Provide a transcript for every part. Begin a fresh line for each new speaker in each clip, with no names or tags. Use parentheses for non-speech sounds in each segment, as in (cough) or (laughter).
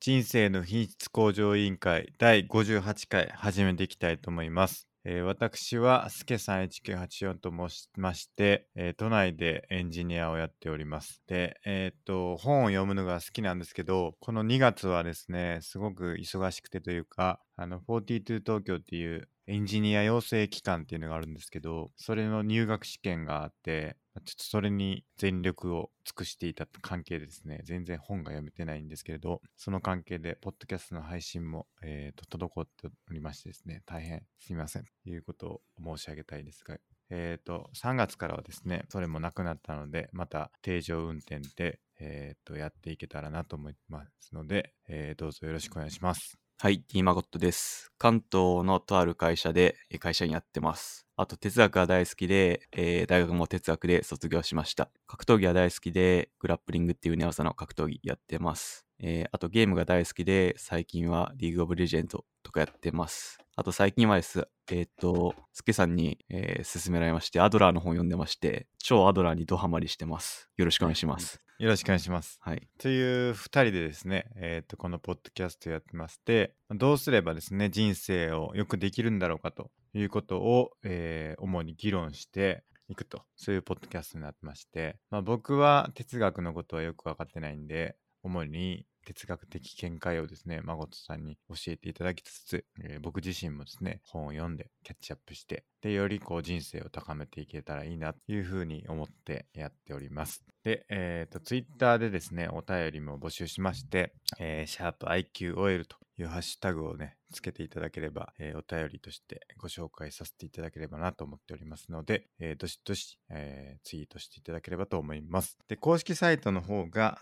人生の品質向上委員会第58回始めていきたいと思います。えー私は、すけさん1984と申しまして、えー都内でエンジニアをやっております。で、えっと、本を読むのが好きなんですけど、この2月はですね、すごく忙しくてというか、あの、42東京っていうエンジニア養成機関っていうのがあるんですけど、それの入学試験があって、ちょっとそれに全力を尽くしていた関係でですね、全然本が読めてないんですけれど、その関係で、ポッドキャストの配信も、えー、と、滞っておりましてですね、大変すみません、ということを申し上げたいですが、えっ、と、3月からはですね、それもなくなったので、また定常運転で、えっ、と、やっていけたらなと思いますので、えーどうぞよろしくお願いします。
はい、ティーマゴットです。関東のとある会社でえー会社員やってます。あと哲学は大好きで、えー大学も哲学で卒業しました。格闘技は大好きで、グラップリングっていう寝技の格闘技やってます。えーあとゲームが大好きで、最近はリーグオブレジェンドとかやってます。あと最近はです、えっ、と、スケさんに、えー勧められまして、アドラーの本読んでまして、超アドラーにドハマりしてます。よろしくお願いします。
よろしくお願いします。
はい。
という2人でですね、えーとこのポッドキャストやってましてどうすればですね人生をよくできるんだろうかということを、えー主に議論していくとそういうポッドキャストになってまして、まあ、僕は哲学のことはよく分かってないんで主に哲学的見解をですね誠さんに教えていただきつつ、えー僕自身もですね本を読んでキャッチアップしてでよりこう人生を高めていけたらいいなというふうに思ってやっております。で、えっ、と、ツイッターでですね、お便りも募集しまして、えー、シャープ i q o l というハッシュタグをね、つけていただければ、えーお便りとしてご紹介させていただければなと思っておりますので、えーどしどし、えーツイートしていただければと思います。で、公式サイトの方が、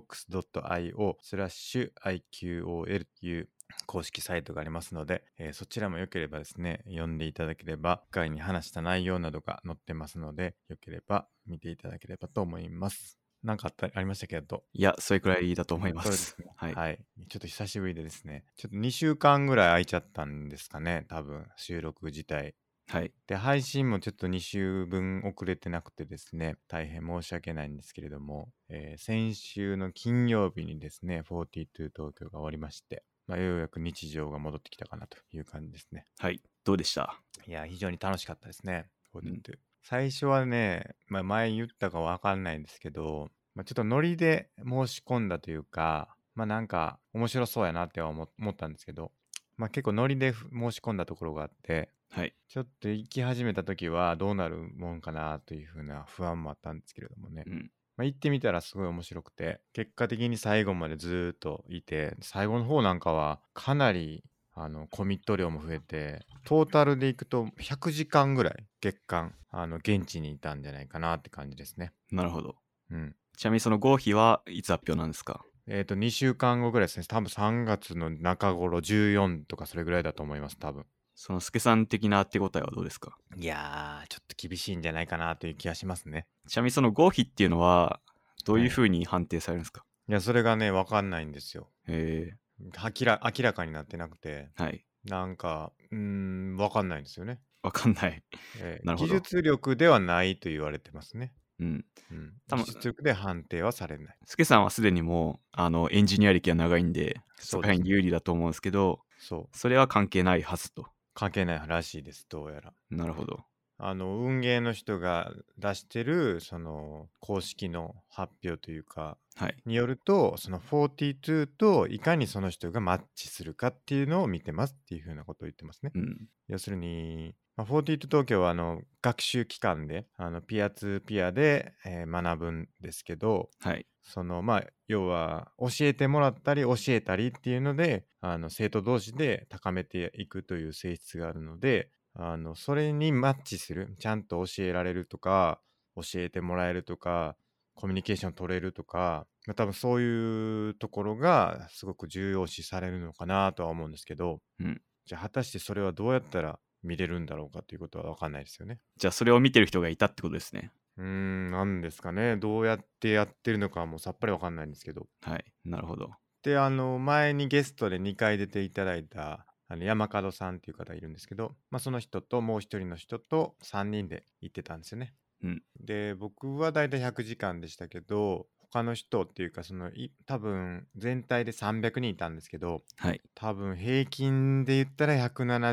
scrapbox.io スラッシュ iqol という公式サイトがありますので、えーそちらもよければですね、読んでいただければ、回に話した内容などが載ってますので、よければ見ていただければと思います。なんかあったありましたけれど、
いや、それくらいだと思いま。
そうですすね
はい。
はい。ちょっと久しぶりでですね、ちょっと2週間ぐらい空いちゃったんですかね、多分、収録自体。
はい。
で、配信もちょっと2週分遅れてなくてですね、大変申し訳ないんですけれども、えー先週の金曜日にですね、42東京が終わりまして、まあ、ようやく日常が戻ってきたかなという感じですね。
はい。どうでした
いや、非常に楽しかったですね、42。
うん
最初はね、まあ、前言ったかわかんないんですけど、まあ、ちょっとノリで申し込んだというか、まあなんか面白そうやなっては思思ったんですけど、まあ結構ノリでふ申し込んだところがあって、
はい。
ちょっと行き始めた時はどうなるもんかなというふうな不安もあったんですけれどもね。
うん。
まあ、行ってみたらすごい面白くて結果的に最後までずーっといて最後の方なんかはかなりあのコミット量も増えてトータルでいくと100時間ぐらい月間あの現地にいたんじゃないかなって感じですね。
なるほど。
うん
ちなみにその合否はいつ発表なんですか
えっ、と2週間後ぐらいですね多分3月の中頃14とかそれぐらいだと思います多分
その助さん的な手応えはどうですか
いやーちょっと厳しいんじゃないかなという気がしますね
ちなみにその合否っていうのはどうい
は
う
い
ふうに判定されるんですか、
いやそれがね分かんないんですよ
え
明ら明らかになってなくて
ー、はい。
なんかうーん分かんないんですよね
わかんない。
えー
なるほ
技
ど
術力ではないと言われてますね。
うん。
うん、
多分
技術力で判定はされない。
助さんはすでにもうあのエンジニア歴が長いんで、
そ
そうこ
です
ら辺有利だと思うんですけど、
そう。
それは関係ないはずと。
関係ないらしいです、どうやら。
なるほど。
あの、運ゲーの人が出してる、その、公式の発表というか、
はい。
によると、その42といかにその人がマッチするかっていうのを見てますっていうふうなことを言ってますね。
うん。
要するに、まあ、42東京はあの学習機関で、あのピアツーピアで、えー学ぶんですけど、
はい。
そのまあ要は教えてもらったり教えたりっていうのであの生徒同士で高めていくという性質があるのであのそれにマッチするちゃんと教えられるとか教えてもらえるとかコミュニケーション取れるとか、まあ、多分そういうところがすごく重要視されるのかなとは思うんですけど、
うん
じゃあ果たしてそれはどうやったら見れるんだろうかということは分かんないですよね。
じゃあそれを見てる人がいたってことですね。
うーんなんですかねどうやってやってるのかはもうさっぱり分かんないんですけど。
はい。なるほど。
であの前にゲストで2回出ていただいたあの山門さんっていう方いるんですけど、まあ、その人ともう一人の人と3人で行ってたんですよね。
うん
で僕はだいたい100時間でしたけど他の人っていうかそのい多分全体で300人いたんですけど
はい。
多分平均で言ったら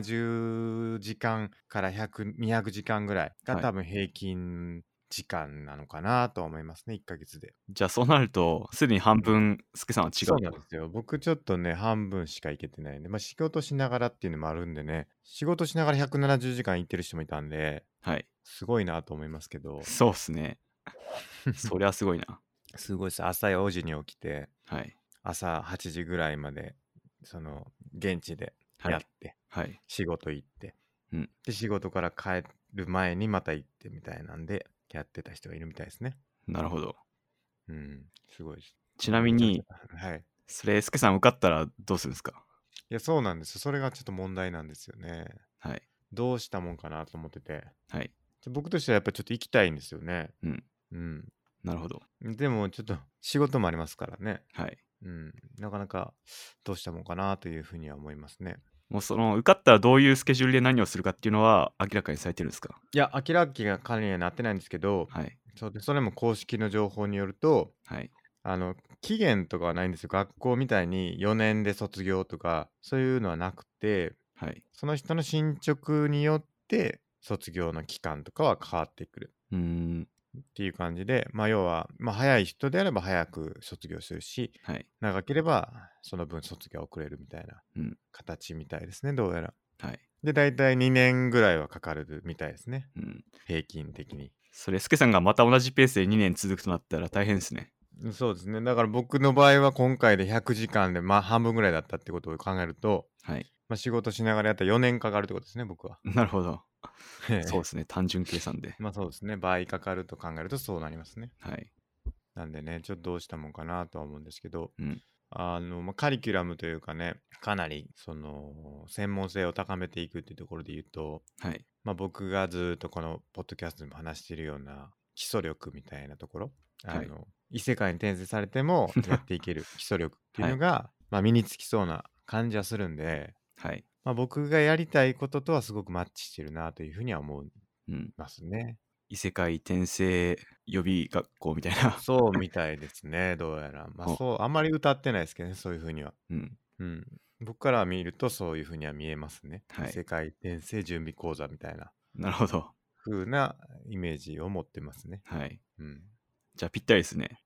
170時間から100200時間ぐらいが
はい
多分平均時間なのかなとは思いますね1ヶ月で。
じゃあそうなると、すでに半分、スケさんは違う
そう
と。
なんですよ僕ちょっとね半分しか行けてないんで、まあ、仕事しながらっていうのもあるんでね仕事しながら170時間行ってる人もいたんで
はい。
すごいなと思いますけど
そうっす
(laughs)
ね。そりゃすごいな。
すごいです朝4時に起きて
はい。
朝8時ぐらいまでその現地で
は
やっ
い。
て、
はい。
仕事行って、
うん
で仕事から帰る前にまた行ってみたいなんでやってた人がいるみたいですね
なるほど。
うんすごいです
ちなみに、
はい
それ、スケさん受かったらどうするんですか
いやそうなんですよそれがちょっと問題なんですよね
はい。
どうしたもんかなと思ってて
はい。
僕としてはやっぱちょっと行きたいんですよね
うん。
うん
なるほど。
でもちょっと仕事もありますからね
はい。
うんなかなかどうしたもんかなというふうには思いますね
もうその、受かったらどういうスケジュールで何をするかっていうのは明らかにされてるんですか
いや明らかにはなってないんですけど
はい。
そうでそれも公式の情報によると
はい。
あの期限とかはないんですよ学校みたいに4年で卒業とかそういうのはなくて
はい。
その人の進捗によって卒業の期間とかは変わってくる
うーん。
っていう感じでまあ要は、まあ、早い人であれば早く卒業するし
はい。
長ければその分卒業遅れるみたいな
うん
形みたいですねどうやら
はい。
で大体2年ぐらいはかかるみたいですね
うん。
平均的に
それ、スケさんがまた同じペースで2年続くとなったら大変ですね。
そうですねだから僕の場合は今回で100時間で、まあ、半分ぐらいだったってことを考えると
はい。 (laughs)
まあ、仕事しながらやったら4年かかるってことですね、僕は。
なるほど。 (laughs) そう
う。
ですね。単純計算
(laughs)
で。
まあそうですね、倍かかると考えるとそうなりますね。
はい。
なんでね、ちょっとどうしたもんかなとは思うんですけど、
うん
あの、まあ、カリキュラムというかね、かなり、その、専門性を高めていくっていうところで言うと、
はい。
まあ僕がずーっとこのポッドキャストでも話しているような基礎力みたいなところ、あの、
はい
異世界に転生されてもやっていける基礎力っていうのが、まあ身につきそうな感じはするんで、
はい。
まあ、僕がやりたいこととはすごくマッチしてるなというふうには思い
うん。
ますね。
異世界転生予備学校みたいな。 (laughs)
そうみたいですね、どうやら。まあ
お
そう、あんまり歌ってないですけどね、そういうふうには。
うん。
うん。僕から見るとそういうふうには見えますね。
はい
異世界転生準備講座みたいな
なるほど。
風なイメージを持ってますね。
はい。
うん。
じゃあぴったりですね。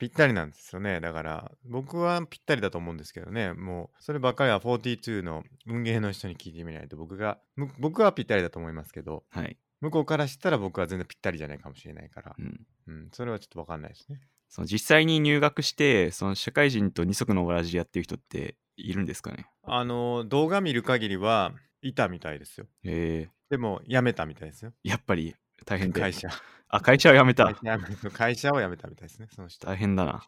ぴったりなんですよね。だから、僕はぴったりだと思うんですけどね。もう、そればっかりは42の運ゲーの人に聞いてみないと、僕が、む僕はぴったりだと思いますけど、
はい。
向こうからしたら僕は全然ぴったりじゃないかもしれないから。
うん。
うん、それはちょっとわかんないですね。
その実際に入学して、その社会人と二足のわらじでやってる人っているんですかね
あの、動画見る限りは、いたみたいですよ。
え
でも、辞めたみたいですよ。
ー、やっぱり大変で。
会社。
あ、会社を辞め
会
た。
社辞めた会社を辞めたみたいですね、その人。
大変だな。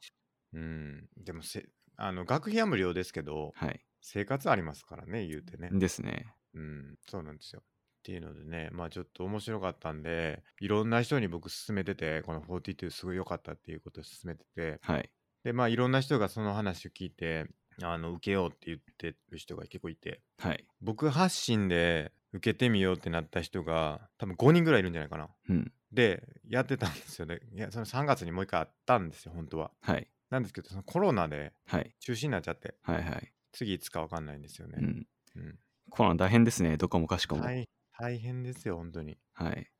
うん。でもせ、あの、学費は無料ですけど、
はい。
生活ありますからね、言うてね。
ですね。
うん、そうなんですよ。っていうのでね、まあちょっと面白かったんで、いろんな人に僕勧めてて、この42すごい良かったっていうことを勧めてて、
はい。
で、まあいろんな人がその話を聞いて、あの、受けようって言ってる人が結構いて、
はい。
僕発信で受けてみようってなった人が多分5人ぐらいいるんじゃないかな。
うん。
でやってたんですよね。いやその3月にもう一回あったんですよ本当は。
はい。
なんですけどそのコロナで
はい。
中止になっちゃって
はいはい。
次いつかわかんないんですよ
う
ね。
ん。
うん
コロナ大変ですね。どこもかしこも。はい。
大大変ですよ本当に。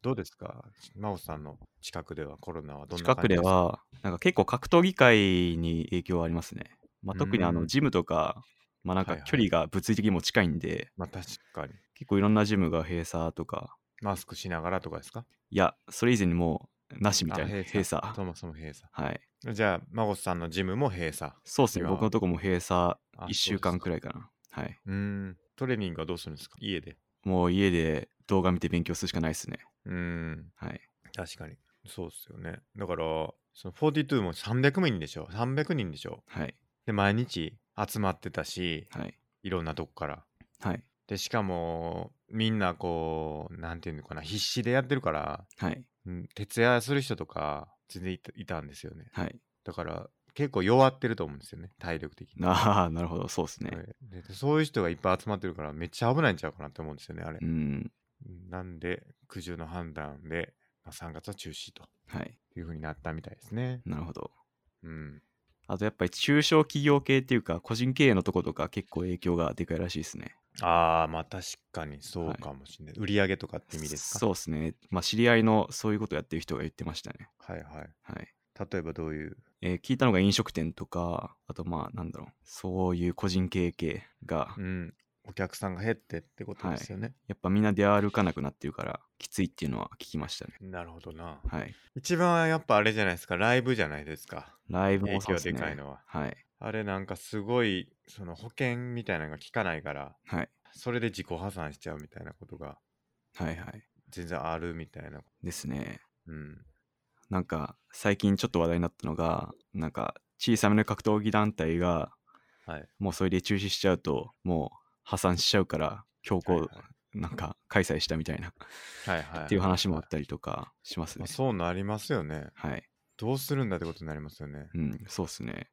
どうですか真央さんの近くではコロナはどんな
近
感じ
くです
か
は、なんか結構格闘技界に影響ありますね。まあ、特にあ
う
の
ん
ジムとか、まあなん
は
か
いはい
距離が物理的にも近いんで、
まあ確かに。
結構いろんなジムが閉鎖とか、
マスクしながらとかですか
いや、それ以前にもうなしみたい
あ
な、閉鎖。
そもそも閉鎖。
はい。
じゃあ真央さんのジムも閉鎖。
そうですね、
今
僕のとこも閉鎖
あ
1週間く
そうですから
いかな。はい。
うん。トレーニングはどうするんですか家で。
もう家で動画見て勉強するしかないですね。
うん。
はい。
確かに。そうっすよね。だから、その42も300人でしょ ?300 人でしょ
はい。
で、毎日集まってたし、
はい。
いろんなとこから。
はい。
で、しかも、みんなこう、なんていうのかな、必死でやってるから、
はい。
うん徹夜する人とか、全然いたいたんですよね。
はい。 (laughs)
だから、結構弱ってると思うんですよね、体力的に。
ああ、なるほど、そうですね。
はいででそういう人がいっぱい集まってるから、めっちゃ危ないんちゃうかなって思うんですよね、あれ
う。ん。
なんで、苦渋の判断で、まあ、3月は中止と
はい。
いうふうになったみたいですね。
なるほど。
うん。
あとやっぱり中小企業系っていうか、個人経営のとことか結構影響がでかいらしいですね。
ああ、まあ確かにそうかもしれない。売り上げとかって意味ですか
そうですね。まあ知り合いのそういうことやってる人が言ってましたね。
はいはい。
はい。
例えばどういう。
えー聞いたのが飲食店とか、あとまあなんだろう、そういう個人経営系が、
うん。お客さんが減ってってことですよね。
やっぱみんな出歩かなくなってるから、きついっていうのは聞きましたね。
なるほどな。
はい。
一番はやっぱあれじゃないですか。ライブじゃないですか。
ライブ
影
もそ
響
うです
で
ね。
かいのは。
はい。
あれなんかすごい、その保険みたいなのが効かないから、
はい。
それで自己破産しちゃうみたいなことが
はいはい。
全然あるみたいな。
ですね。
うん。
なんか最近ちょっと話題になったのが、なんか小さめの格闘技団体が、
はい
もうそれで中止しちゃうと、もう破産しちゃうから、強行、
はいはい
なんか開催したみたいな、
はいはい。
っていう話もあったりとかします
ま
ね
あ、。そうなりますよね。
はい。
どうするんだってことになりますよね。
うん、そうですね。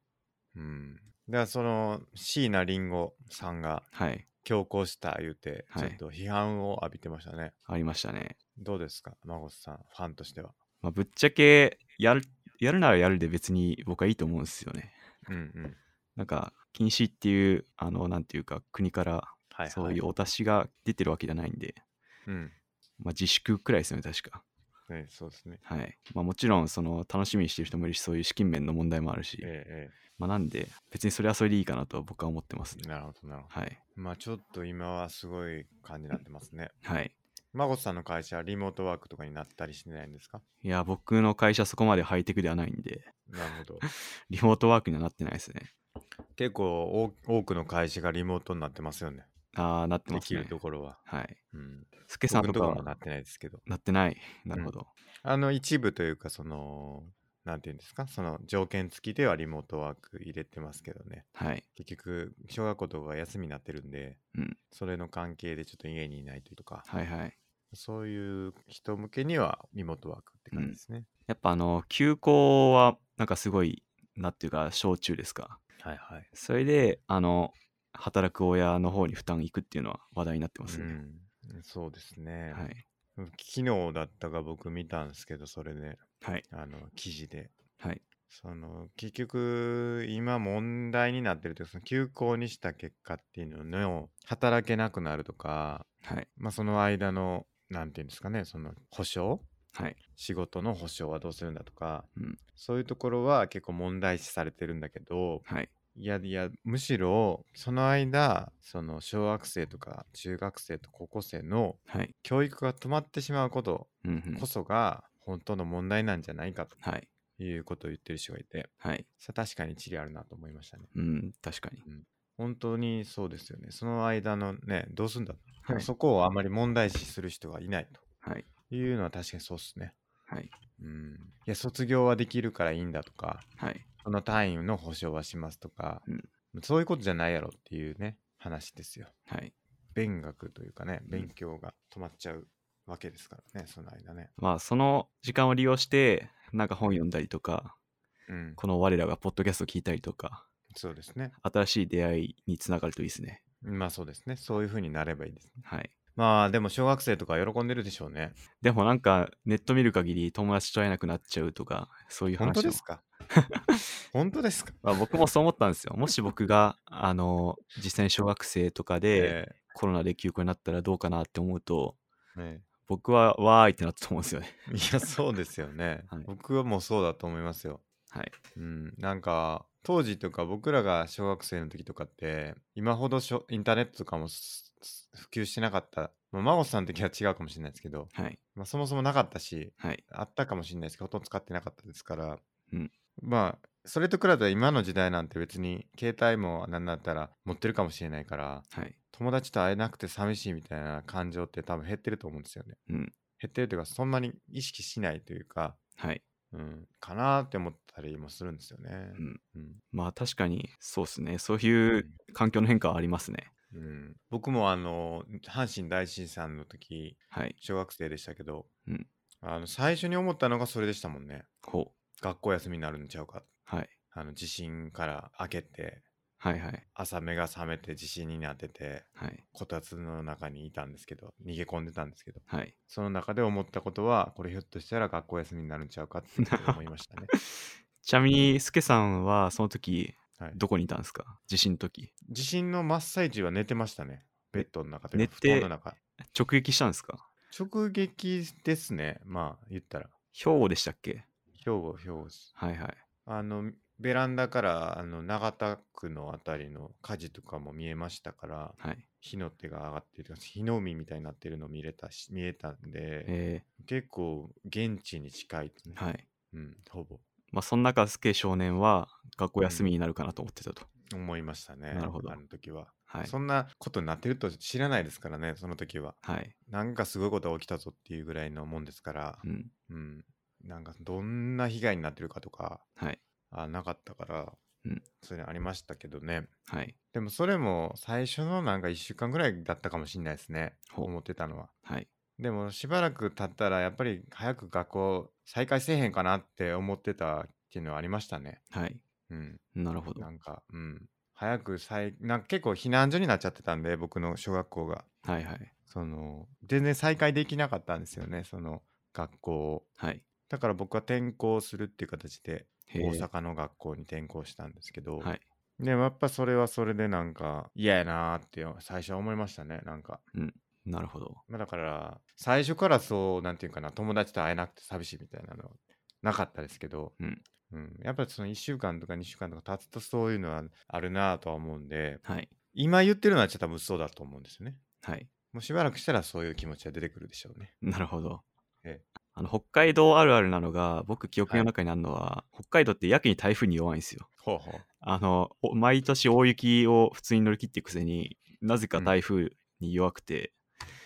うん。だからその椎名林檎さんが
はい。
強行した言うて、
はい
ちょっと批判を浴びてましたね。
ありましたね。
どうですか、孫さん、ファンとしては。
まあ、ぶっちゃけやる、やるならやるで別に僕はいいと思うんですよね。
うんうん。
なんか、禁止っていう、あの、なんていうか、国から
はい、はい。
そういうお達しが出てるわけじゃないんで、
うん。
まあ、自粛くらいですよね、確か。
ね、そうですね。
はい。まあ、もちろん、その、楽しみにしてる人もいるし、そういう資金面の問題もあるし、
ええ
まあ、なんで、別にそれはそれでいいかなと僕は思ってます
ええ。
ね。
なるほど、なるほ
はい。
ど。まあちょっと今はすごい感じになってますね。
はい。
孫さんの会社はリモートワークとかになったりしてないんですか
いや、僕の会社そこまでハイテクではないんで、
なるほど。 (laughs)
リモートワークにはなってないですね。
結構お多くの会社がリモートになってますよね。
ああ、なって
で
ます
きる
ね
と。ころは。
はい。
うん。
スケさん
僕
と
のと
か
こ
は
ろはなってないですけど。
なってない。なるほど。
あの一部というか、その、なんていうんですか、その条件付きではリモートワーク入れてますけどね。
はい。
結局、小学校とかが休みになってるんで、
うん
それの関係でちょっと家にいないというか、
はいはい。
そういう人向けにはリモートワークって感じですね。
やっぱあの、休校は、なんかすごい、なっていうか、小中ですか。
はいはい。
それで、あの、働く親の方に負担いくっていうのは話題になってます
う
ね。
ん、そうですね、
はい。
昨日だったか僕見たんですけど、それで、
はい。
あの、記事で。
はい。
その結局今問題になってるというかその休校にした結果っていうのを働けなくなるとか、
はい。
まあ、その間のなんていうんですかねその保証
はい。
仕事の保証はどうするんだとか、
うん
そういうところは結構問題視されてるんだけど
はい。
いやいやむしろその間その小学生とか中学生と高校生の
はい。
教育が止まってしまうこと
うんうん
こ。そが本当の問題なんじゃないかと
はい。
いうことを言ってる人がいて。
はい。
それ確かに一理あるなと思いましたね。
うん、確かに。
本当にそうですよね。その間のね、どうすんだ、
はい
そこをあまり問題視する人がいない
はい。
というのは確かにそうっすね。
はい。
うん。いや、卒業はできるからいいんだとか、
はい。
その単位の保証はしますとか、
うん
そういうことじゃないやろっていうね、話ですよ。
はい。
勉学というかね、
ん
勉強が止まっちゃうわけですからね、その間ね。
まあ、その時間を利用して、なんか本読んだりとか、
うん。
この我らがポッドキャスト聞いたりとか、
そうですね。
新しい出会いにつながるといいですね。
まあそうですね。そういう風になればいいですね。
はい。
まあでも小学生とか喜んでるでしょうね。
でもなんかネット見る限り友達と会えなくなっちゃうとかそういう話
本当
も
です
(laughs)
か本当ですか
まあ、僕もそう思ったんですよもし僕があの実際に小学生とかで
え
コロナで休校になったらどうかなって思うと
えね
僕はわーいってなったと思うんですよね (laughs)
いやそうですよね、
はい
僕はもうそうだと思いますよ
はい
うんなんか当時とか僕らが小学生の時とかって今ほどしょインターネットとかもすす普及してなかった、まあ、真帆さんの時は違うかもしれないですけど、
はい
まあ、そもそもなかったし
はい
あったかもしれないですけどほとんど使ってなかったですから、
うん
まあそれと比べたら今の時代なんて別に携帯もなんだったら持ってるかもしれないから
はい
友達と会えなくて寂しいみたいな感情って多分減ってると思うんですよね。
うん
減ってるというかそんなに意識しないというか、
はい
うん、かなーって思ったりもするんですよね。
うん
うん
まあ確かにそうですねそういう環境の変化はありますね
うん僕もあの阪神大震災の時
はい
小学生でしたけど、
うん
あの最初に思ったのがそれでしたもんね。
ほう
学校休みになるんちゃうか。
はい
あの地震から明けて
はいはい
朝目が覚めて地震になってて
はい
こたつの中にいたんですけど逃げ込んでたんですけど
はい (laughs)
その中で思ったことは、これひょっとしたら学校休みになるんちゃうかっていうことを思いましたね。
ちなみに、スケさんはその時、
はい
どこにいたんですか地震の時。
地震の真っ最中は寝てましたね。ベッドの中というか
寝
布
て
団の中。
直撃したんですか
直撃ですね。まあ言ったら。
兵庫でしたっけ
兵庫、兵庫です。
はいはい。
あの、ベランダからあの長田区のあたりの火事とかも見えましたから、
はい。
火の手が上がってる、火の海みたいになってるの見れたし、見えたんで、
え
結構現地に近いですね。
ー、はい。
うん、ほぼ
まあ、その中、スケ少年は学校休みになるかなと思ってたと。
思いましたね。
なるほど
あの時は。
はい。
そんなことになってると知らないですからね、その時は。
はい。
なんかすごいことが起きたぞっていうぐらいのもんですから
う、ん。
うん。なんかどんな被害になってるかとか、
はい。
あなかったから、
うん
それありましたけどね。
はい。
でもそれも最初のなんか1週間ぐらいだったかもしれないですね。
ほう
思ってたのは。
はい。
でもしばらく経ったらやっぱり早く学校再開せえへんかなって思ってたっていうのはありましたね。
はい。
うん。
なるほど
な。んか、うん。早く再、なんか結構避難所になっちゃってたんで、僕の小学校が。
はいはい。
その、全然再開できなかったんですよね、その学校を。
はい。
だから僕は転校するっていう形で
へー
大阪の学校に転校したんですけど、
はい。
でもやっぱそれはそれでなんか嫌やなーって最初は思いましたねなんか、
なるほど。
まあ、だから最初からそうなんていうかな友達と会えなくて寂しいみたいなのなかったですけど、
うん
うんやっぱりその1週間とか2週間とか経つとそういうのはあるなとは思うんで
はい。
今言ってるのはちょっと多分嘘だと思うんですよね
はい。
もうしばらくしたらそういう気持ちが出てくるでしょうね
なるほど
ええ。
あの北海道あるあるなのが僕記憶の中にあるのは、北海道ってやけに台風に弱いんですよ。
ほうほう
あのお毎年大雪を普通に乗り切っていくせになぜか台風に弱くて、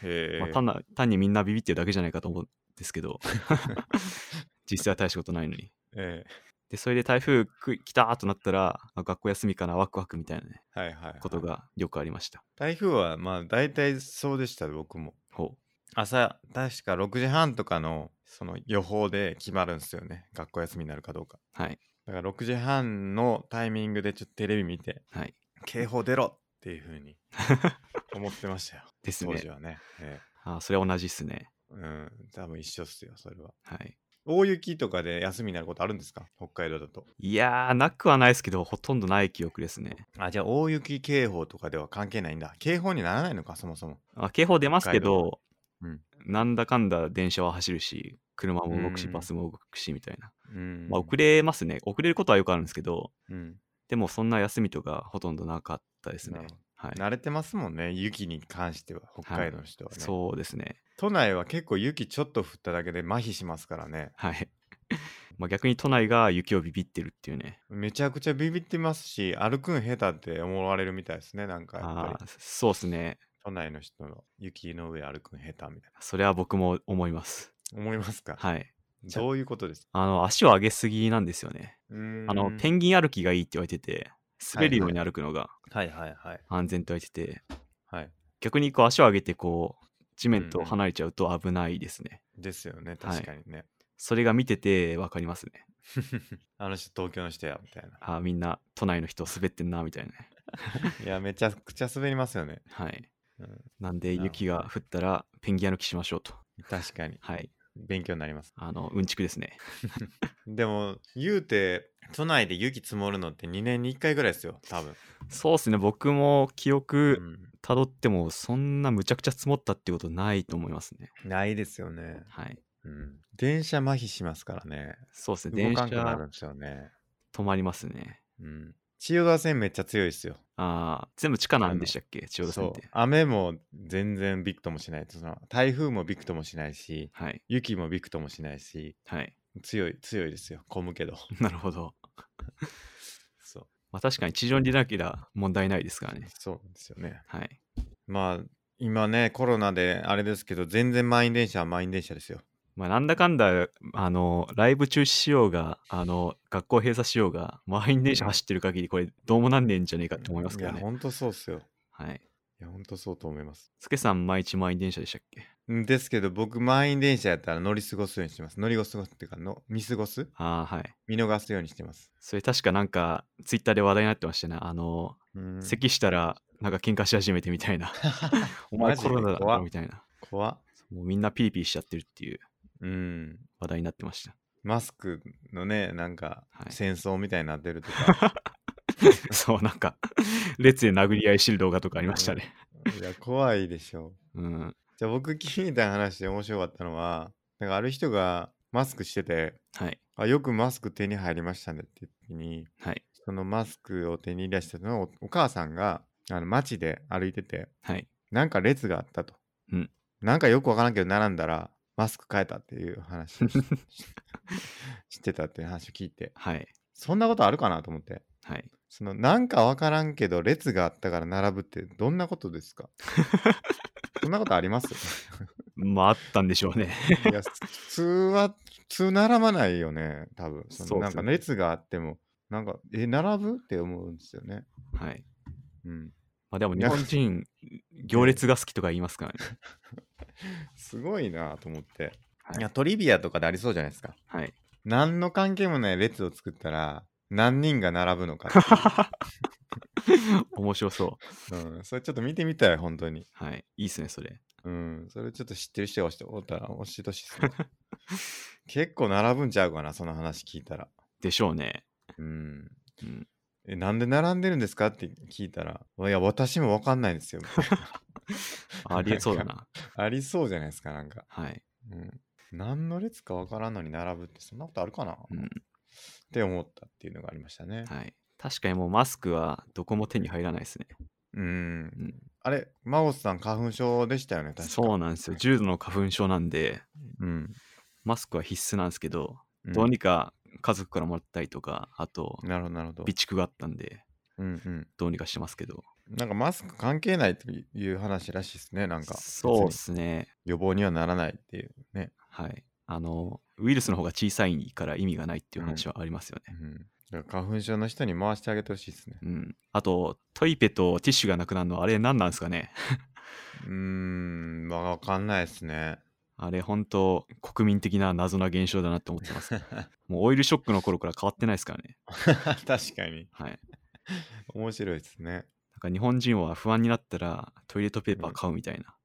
へえ、
まあ、単な単にみんなビビってるだけじゃないかと思うんです
(laughs)
けど (laughs) 実際は大したことないのに。
え
でそれで台風く来たーとなったらあ学校休みかなワクワクみたいな、ね、
えはいはい、はい、
ことがよくありました。
台風はまあ大体そうでした僕も
ほ
朝確か6時半とかのその予報で決まるんですよね学校休みになるかどうか
うはい
だから6時半のタイミングでちょっとテレビ見て
はい。
警報出ろっていうふうに (laughs) 思ってましたよ
です
当
ね
時。はね、え
あそれは同じっすね。
えうん多分一緒っすよそれは
はい。
大雪とかで休みになることあるんですか北海道だと
いやー、なくはないですけど、ほとんどない記憶ですね。
あじゃあ大雪警報とかでは関係ないんだ警報にならないのかそもそも
あ警報出ますけど、
北海
なんだかんだ電車は走るし、車も動くし、
うん
バスも動くしみたいな。
うん
まあ、遅れますね。遅れることはよくあるんですけど、
うん
でもそんな休みとかほとんどなかったですね
なるほ。
はい、
慣れてますもんね雪に関しては北海道の人はね、
そうですね。
都内は結構雪ちょっと降っただけで麻痺しますからね
はい。 (laughs) まあ、逆に都内が雪をビビってるっていうね。
めちゃくちゃビビってますし歩くん下手って思われるみたいですねなんかやっぱ
ああ
り
ー、そうですね。
都内の人の雪の上歩くん下手みたい
それは僕も思います。
な思いますか、
はい。じゃ
どういうことですか
あの、足を上げすぎなんですよね。あの、ペ
ン
ンギン歩きがいいって言われてて、滑るように歩くのが
はいはいはい
安全って言われてて、
はい
逆にこう足を上げてこう、地面
うん
と
うん
離れちゃうと危ないですね。
ですよね
はい
確かにね、
それが見ててわかりますね。
あの人東京の人やみたいな
あーみんな都内の人滑ってんな、みたいなね。
いやめちゃくちゃ滑りますよね、
はい。
うん、
なんで
なるほど
雪が降ったらペンギン歩きしましょうと。
確かに
はい。
勉強になります
あの、うんちくですね。
でも言うて都内で雪積もるのって2年に1回ぐらいですよ多分、
そうですね。僕も記
う
憶
ん
たどってもそんなむちゃくちゃ積もったってことないと思いますね。
ないですよね。
はい。
うん。電車麻痺しますからね。
そうですね。
動
電
か
車
んくなるんですよね。
止まりますね。
うん。千代田線めっちゃ強いですよ。
ああ、全部地下なんでしたっけ千代田線
そ
っ
う
て。。
雨も全然びくともしない。その台風もびくともしないし、
はい。
雪もびくともしないし、
はい。 (laughs)
強い、強いですよ。混むけど。 (laughs)
なるほど。
そう。
まあ確かに地上に出なければ問題ないですからね。
そうなんですよね。
はい。
まあ、今ね、コロナであれですけど、全然満員電車は満員電車ですよ。
まあなんだかんだ、あの、ライブ中止しようが、あの、学校閉鎖しようが、満員電車走ってる限り、これどうもなんねえんじゃねえかって思いますけど
いや、
ね。
ほんとそうっすよ。
はい。
いや、ほんとそうと思います。
スケさん、毎日満員電車でしたっけ
んですけど、僕、満員電車やったら乗り過ごすようにしてます。乗り過ごすっていうかの、見過ごす
ああ、はい。
見逃すようにしてます。
それ確かなんか、ツイッターで話題になってましたね。あの、
うん
咳したら、なんか喧嘩し始めてみた
(laughs)
いな。お前
マジで
コロナだ
怖っ
ろみたいな。
怖っ
もうみんなピリピリしちゃってるっていう
うん。
話題になってました。 (laughs)
マスクのね、なんか
はい
戦争みたいになってると
(laughs)
か、
そう、なんか、 (laughs) 列で殴り合いしてる動画とかありましたね。
いや、怖いでしょ。
うん。
じゃあ僕聞いた話で面白かったのは、なんかある人がマスクしてて、
はい。
あよくマスク手に入りましたねっていう時に、
はい。
そのマスクを手に入れしたのをおお母さんがあの街で歩いてて、
はい。
なんか列があったと。
うん
なんかよくわからんけど並んだらマスク変えたっていう話
(laughs)
をししてたっていう話を聞いて、
はい。
そんなことあるかなと思って。
はい。
そのなんかわからんけど列があったから並ぶってどんなことです
(laughs)
かそんなことあります
まあ、あったんでしょうね。 (laughs)
いや普通は普通並ばないよね多分そ
そう
の
っす
なん
ね
か列があってもなんかえ並ぶって思うんですよね
はい。
うん
まあ、でも
い
日
や
本人、行列が好きとか言いますからね。
すごいなと思って、
はい
い、やトリビアとかでありそうじゃないですか
はい。
何の関係もない列を作ったら何人が並ぶのかって
面白そう。
いう、
(laughs)
うん、それちょっと見てみたい本当に
はい。いいっすね、それ。
うん、それちょっと知ってる人がおったら教えてほしいです
(laughs)
ね。結構並ぶんちゃうかな、その話聞いたら。
でしょうね。
うん。
うん。
え、なんで並んでるんですかって聞いたら、いや、私もわかんないんですよ。みたいな
ありえそうだな。 (laughs)
ありそうじゃないですか、なんか。
はい。
うん。何の列かわからんのに並ぶって、そんなことあるかな、
う
っ
ん。
て思ったっていうのがありましたね。
はい。確かにもうマスクはどこも手に入らないですね。
うん。
ん
あれ、マゴスさん、花粉症でしたよね、確か
そうなんですよ。重度の花粉症なんで、
うん。
マスクは必須なんですけど、
うん
どうにか家族からもらったりとか、あと、
なるほど、なるほど
備。蓄があったんで、
うんうん。
どうにかしてますけど。
なんかマスク関係ないという話らしいですね、なんか。
そう
別
で
に
すね。
予防にはならないっていうね。
はい。あの、ウイルスの方が小さいから意味がないっていう話はありますよ
う
ね。
ん、だから花粉症の人に回してあげてほしいですね。
うん。あと、トイペとティッシュがなくなるの、あれ何なんですかね。
うーん、まあ、わかんないですね。 (laughs)
あれ本当、国民的な謎な現象だなって思ってます。
(laughs)
もうオイルショックの頃から変わってないですからね。
確かに。
はい。
面白いですね。 (laughs)
なんか日本人は不安になったらトイレットペーパー買うみたいな、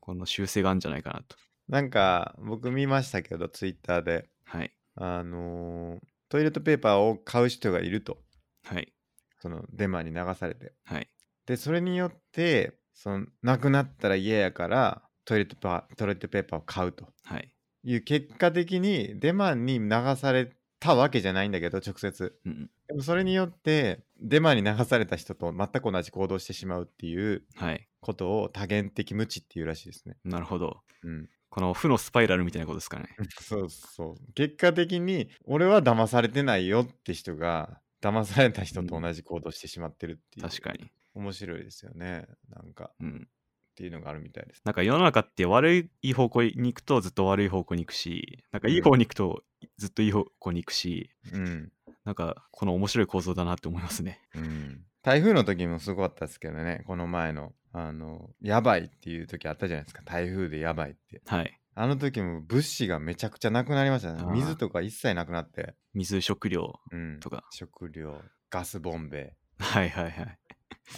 この習性があるんじゃないかなと。
なんか僕見ましたけど、ツイッターで、
はい。
あのートイレットペーパーを買う人がいると、
はい。
そのデマに流されて。
はい。
で、それによって、そのなくなったら嫌やから、トイレットパートイレットペーパーを買うと。
はい。
いう結果的にデマに流されたわけじゃないんだけど直接
うん。
でもそれによってデマに流された人と全く同じ行動をしてしまうっていう
はい。
ことを多元的無知っていうらしいですね
なるほど。
うん (laughs)
この負のスパイラルみたいなことですかね。
そうそう結果的に俺は騙されてないよって人が騙された人と同じ行動をしてしまってるっていう、
確かに。
面白いですよねなんか
うん。
っていうのがあるみたいです
なんか世の中って悪い方向に行くとずっと悪い方向に行くし、なんかいい方に行くとずっといい方向に行くし、
うん、
なんかこの面白い構造だなって思いますね。
うん、台風の時もすごかったですけどねこの前のあのやばいっていう時あったじゃないですか台風でやばいって
はい。
あの時も物資がめちゃくちゃなくなりましたね
あー
水とか一切なくなって、
水、食料
うん
と、か。
食料ガスボンベ
はいはいはい。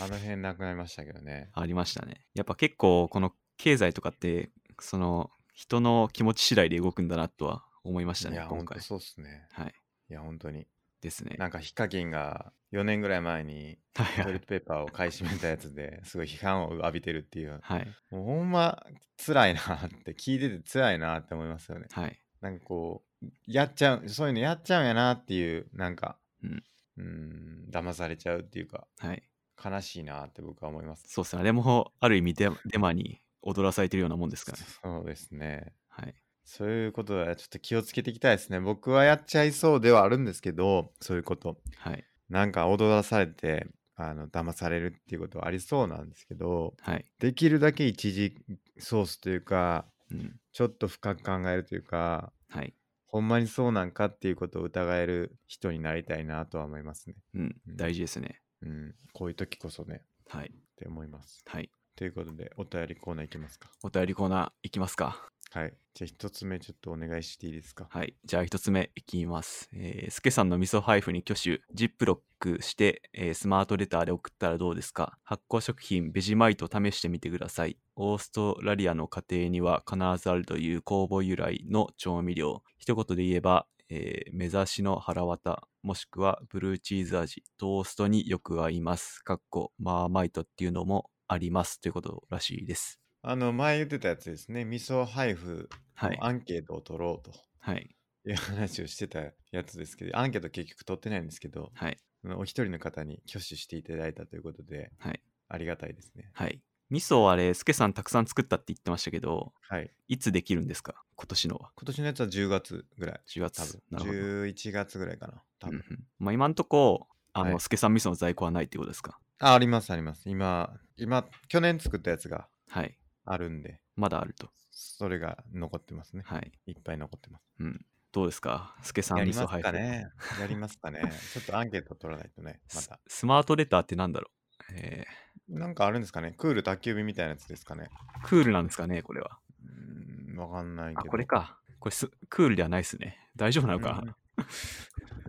あの辺なくなりましたけどね
ありましたね。やっぱ結構この経済とかってその人の気持ち次第で動くんだなとは思いました
い
ね
やほ
今
んと
回。
そうっすね
はい。
いや本当に
ですね。
なんかヒカキンが4年ぐらい前
(laughs)
に
はい
トイ
は
レッ
い。
トペーパーを買い占めたやつですごい批判を浴びてるっていう
はい。
もうほんま辛いなって聞いてて辛いなって思いますよね
はい。
なんかこう、やっちゃう、そういうのやっちゃうんやなっていう、なんか、
うん
うーん、騙されちゃうっていうか、
はい。
悲しいなって僕は思います。
そうですね。あれもある意味デデマに踊らされてるようなもんですからね。
そうですね。
はい。
そういうことはちょっと気をつけていきたいですね。僕はやっちゃいそうではあるんですけど、そういうこと。
はい。
なんか踊らされて、あの騙されるっていうことはありそうなんですけど、
はい。
できるだけ一時ソースというか、
うん。
ちょっと深く考えるというか、
はい。
ほんまにそうなんかっていうことを疑える人になりたいなとは思いますね。
うん。
うん
大事ですね。
うん、こういう時こそね、
はい。
って思います。
はい。
ということで、お便りコーナーいきますか。
お便りコーナーいきますか。
はい。じゃあ一つ目ちょっとお願いしていいですか。
はい。じゃあ一つ目いきます。えー、スケさんの味噌配布に挙手、ジップロックして、えースマートレターで送ったらどうですか発酵食品ベジマイト試してみてください。オーストラリアの家庭には必ずあるという酵母由来の調味料。一言で言えば、えー目指しの腹綿、もしくはブルーチーズ味、トーストによく合います。かっこ、マーマイトっていうのもありますということらしいです。
あの、前言ってたやつですね。味噌配布
はい。
アンケートを取ろうと
はい。
いう話をしてたやつですけど、アンケート結局取ってないんですけど、
はい。
あのお一人の方に挙手していただいたということで、
はい
ありがたいですね。
はい。味噌あれ、スケさんたくさん作ったって言ってましたけど、
はい。
いつできるんですか今年のは。
今年のやつは10月ぐらい。
10
多
月
分。
なるほど。
11月ぐらいかな。多分、
うんうんまあ、今んとこ、あ
は
の、
い
スケさん味噌の在庫はないってことですか
あ、ありますあります。今、今、去年作ったやつが
はい。
あるんで、
まだあると。
それが残ってますね。
はい。
いっぱい残ってます。
うん。どうですかスケさん
や
味
り
噌
ま
入
す
って
かね。やりますかね。ちょっとアンケート取らないとね、ま
ス
た。
スマートレターってなんだろうえ
なんかあるんですかね。クール宅急便みたいなやつですかね。
ー、クールなんですかねこれは。
うーん、わかんない
あ、
けど。
これか。これす、クールではないですね。大丈夫なのか
うん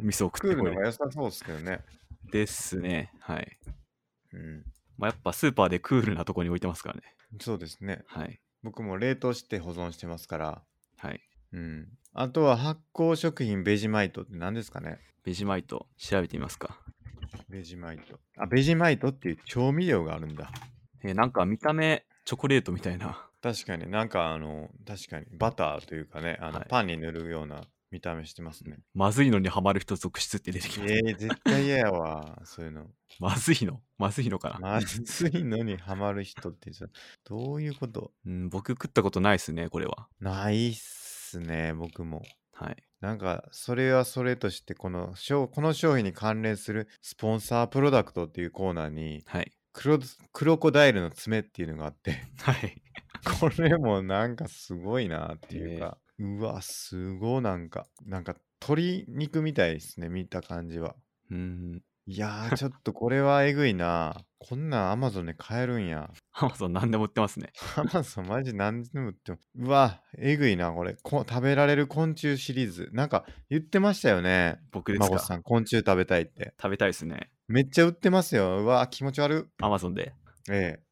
味噌を食
ク
っ
ー
て
ル
こ
の
い
方。が良さそうですけどね。
ですね。はい。
うん。
まあ、やっぱスーパーでクールなとこに置いてますからね。
そうですね。
はい。
僕も冷凍して保存してますから。
はい。
うん。あとは発酵食品ベジマイトって何ですかね
ベジマイト調べてみますか。
ベジマイト。あ、ベジマイトっていう調味料があるんだ。
えーなんか見た目チョコレートみたいな。
確かになんかあの、確かにバターというかね、あの、
はい
パンに塗るような見た目してますね。
まずいのにハマる人続出って出てきます。
えー、絶対嫌やわ、そういうの。
まずいのまずいのかな、
まずいのにハマる人ってさ、どういうこと
うん、僕食ったことないですね、これは。
ないっすね、僕も。
はい。
なんか、それはそれとして、この商、この商品に関連するスポンサープロダクトっていうコーナーに、
はい。
クロクロコダイルの爪っていうのがあって、
はい。
これもなんかすごいなっていうか、うわ、すごいなんか、なんか鶏肉みたいですね、見た感じは。
うん。
いやー、ちょっとこれはえぐいな。こんなんアマゾンで買えるんや。
ハマゾン何でも売ってますね。
アマゾンマジ何でも売っても。うわ、えぐいな、これこ。食べられる昆虫シリーズ。なんか言ってましたよね。
僕です
孫
か
さん、昆虫食べたいって。
食べたいですね。
めっちゃ売ってますよ。うわ、気持ち悪っ。
アマゾンで。 (laughs)
ええ。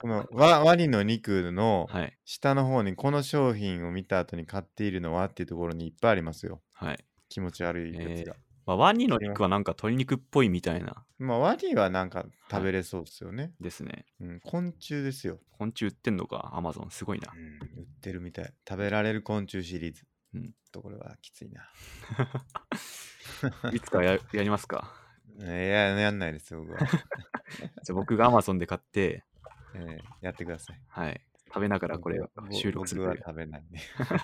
このワワニの肉の
はい。
下の方にこの商品を見た後に買っているのはっていうところにいっぱいありますよ。
はい。
気持ち悪いやつが。
えーまあ、ワニの肉はなんか鶏肉っぽいみたいな
まあ、ワニはなんか食べれそうですよね。
ですね。
うん、昆虫ですよ、
昆虫売ってんのか、アマゾン。すご
(laughs)
いな
う。ん。売ってるみたい。食べられる昆虫シリーズ。
うん
ちょっとこれはきついな。
いつかややりますか。
いや、やんないですよ、
(laughs)
僕は、
じゃあ僕がアマゾンで買って、
ええやってください。
はい。食べながらこれを
僕
収録する
僕は
という。
食べないね。 (laughs)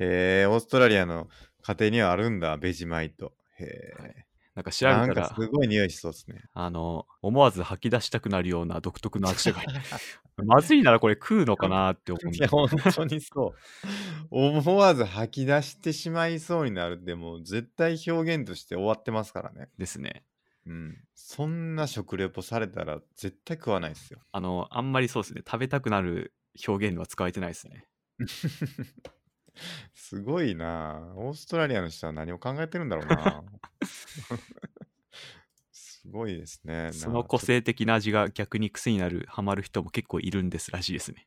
へえ、オーストラリアの家庭にはあるんだ、ベジマイト。へえ、
はいなんか調べ
な
た
ん
ら
か、すごい匂いしそう
(laughs)
ですね。
あの、思わず吐き出したくなるような独特の味
(laughs)
が。まずいならこれ食うのかなって思うん
い
だ
や、
よ。
本当にそう。思わず吐き出してしまいそうになるって、もう絶対表現として終わってますからね。
ですね。
うん。そんな食レポされたら絶対食わないですよ。
あの、あんまりそうですね。食べたくなる表現は使えてないですね。
すごいなあオーストラリアの人は何を考えてるんだろうなすごいですね。
その個
こそ
性的な味が逆に癖になる、ハマる人も結構いるんですらしいですね。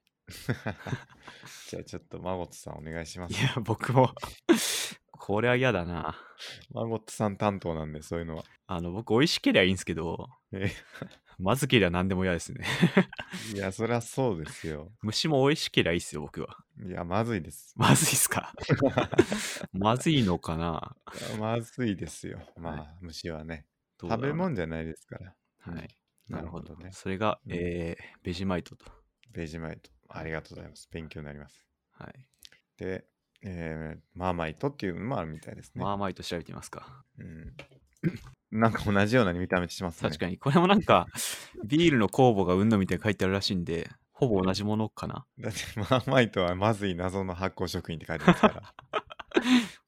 じゃあちょっとマゴットさんお願いしま
い
す。
や、僕も、これは嫌だな。
マゴットさん担当なんで、そういうのは。
あの、僕、美味しけりゃいいんですけど、
え
まずけりゃ何でも嫌ですね。
いや、そりゃそうですよ。
虫も美味しけりゃいいっすよ、僕は。
いや、まずいです。
まずいっす
(laughs)
かまずいのかない
やまずいですよ。まあ、
は
虫はね。
どうだ
食
ろう
べ
な
物じゃないですから。
はい。なるほど。
ね。
それが、
うん
えーベジマイトと。
ベジマイト。ありがとうございます。勉強になります。
はい。
で、えー、マーマイトっていうのもあるみたいですね。
マーマイト調べてみますか。
うん、なんか同じような見た目してますね。
確かに、これもなんか、ビールの酵母がうんのみたいに書いてあるらしいんで、ほぼ同じものかな。
だって、マーマイトはまずい謎の発酵食品って書いてます
(laughs)
から。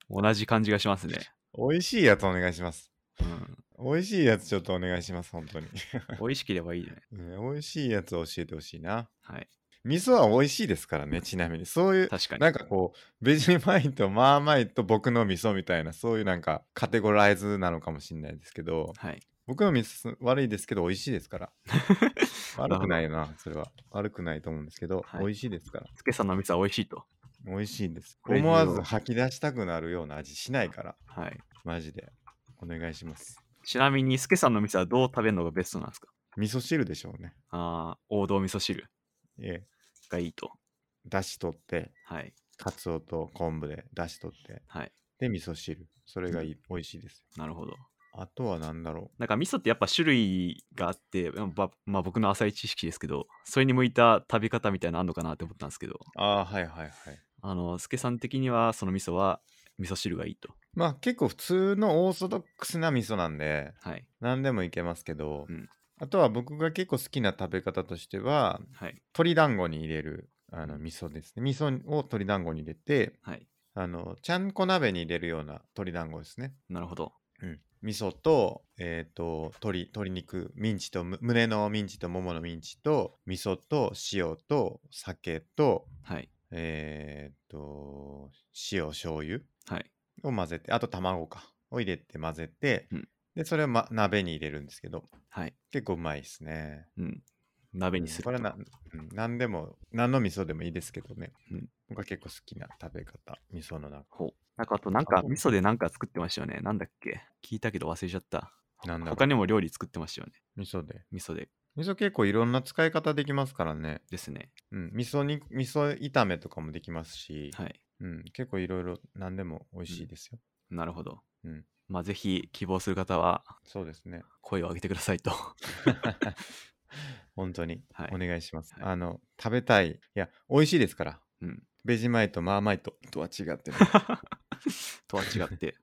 同じ感じがしますね。
美味しいやつお願いします。
うん。
美味しいやつちょっとお願いします、本当に。 (laughs)
美味しければいいよね。
ね美味しいやつ教えてほしいな。
はい。
味噌は美味しいですからね、ちなみに。そういう、
確かに。
なんかこう、ベジマインとマーマインと僕の味噌みたいな、そういうなんかカテゴライズなのかもしれないですけど、
はい。
僕の味噌悪いですけど、美味しいです
(laughs)
から。悪くないよな、それは。悪くないと思うんですけど、
はい
美味しいですから。
つけさんの味噌は美味しいと。
美味しいです。
これ
思わず吐き出したくなるような味しないから、
はい。
マジで。お願いします。
ちなみに、すけさんの味噌はどう食べるのがベストなんですか
味噌汁でしょうね。
ああ、王道味噌汁
ええ。
がいいと。
だし取って、
はい。
カツオと昆布でだし取って、
はい。
で、味噌汁。それがいい、美味しいですよ。
なるほど。
あとは何だろ
なんか味噌ってやっぱ種類があって、ばまあ僕の浅い知識ですけど、それに向いた食べ方みたいなのあんのかなって思ったんですけど、
う。ああ、はいはいはい。
あの、すけさん的にはその味噌は味噌汁がいいと。
まあ結構普通のオーソドックスな味噌なんで、
はい。
何でもいけますけど、
うん
あとは僕が結構好きな食べ方としては、
はい。
鶏団子に入れるあの味噌ですね。味噌を鶏団子に入れて、
はい。
あの、ちゃんこ鍋に入れるような鶏団子ですね。
なるほど。
うん。味噌と、えっ、と、鶏、鶏肉、ミンチとむ、胸のミンチともものミンチと、味噌と、塩と、酒と、
はい。
えっ、と、塩、醤油
はい。
を混ぜて、あと卵か、を入れて混ぜて、
うん
で、それを、ま、鍋に入れるんですけど、
はい。
結構うまいですね。
うん。鍋にする
これはな、うん、何でも、何の味噌でもいいですけどね。
うん
僕は結構好きな食べ方、味噌の中。
ほう。なんかあとなんか
あと
味噌でなんか作ってましたよね。なんだっけ聞いたけど忘れちゃった。
なんだろう
他にも料理作ってましたよね。
味噌で。
味噌で。
味噌結構いろんな使い方できますからね。
ですね。
うん、味噌に、味噌炒めとかもできますし、
はい。
うん、結構いろいろ何でも美味しいですよ。
なるほど。
うん
まあぜひ希望する方は
そうですね。
声を上げてくださいと。
本当に、
はい
お願いします、
はい
あの、食べたい。いや、美味しいですから。
うん。
ベジマイト、マーマイトとは違ってね。
(laughs) とは違って。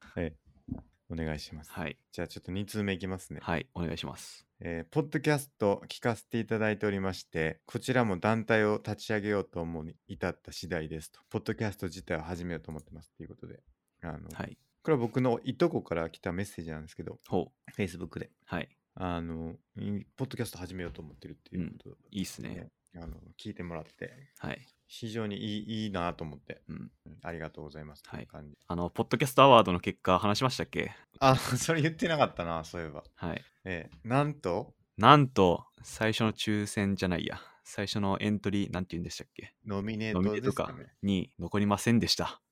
お願いします。
はい。
じゃあちょっと2通目いきます (laughs) ね。
はい。お願いします。
えーポッドキャスト聞かせていただいておりまして、こちらも団体を立ち上げようと思うに至った次第ですと。ポッドキャスト自体を始めようと思ってますということで。あの
はい。
これは僕のいとこから来たメッセージなんですけど、
ほう。
Facebook で。
はい。
あの、いポッドキャスト始めようと思ってるっていうこと
いいっす
で
ね。
あの聞いてもらって、
はい。
非常にいいいいなと思って、
うん。
うんありがとうございますと
はい
いう感じ。
あの、ポッドキャストアワードの結果話しましたっけ
あ、 (laughs) それ言ってなかったな、そういえば。
はい。
えーなんと、
なんと、最初の抽選じゃないや。最初のエントリー、なんて言うんでしたっけ
ノミネー
ノミ
ト
ネー
で
ト
す
か
かね。
に残りませんでした。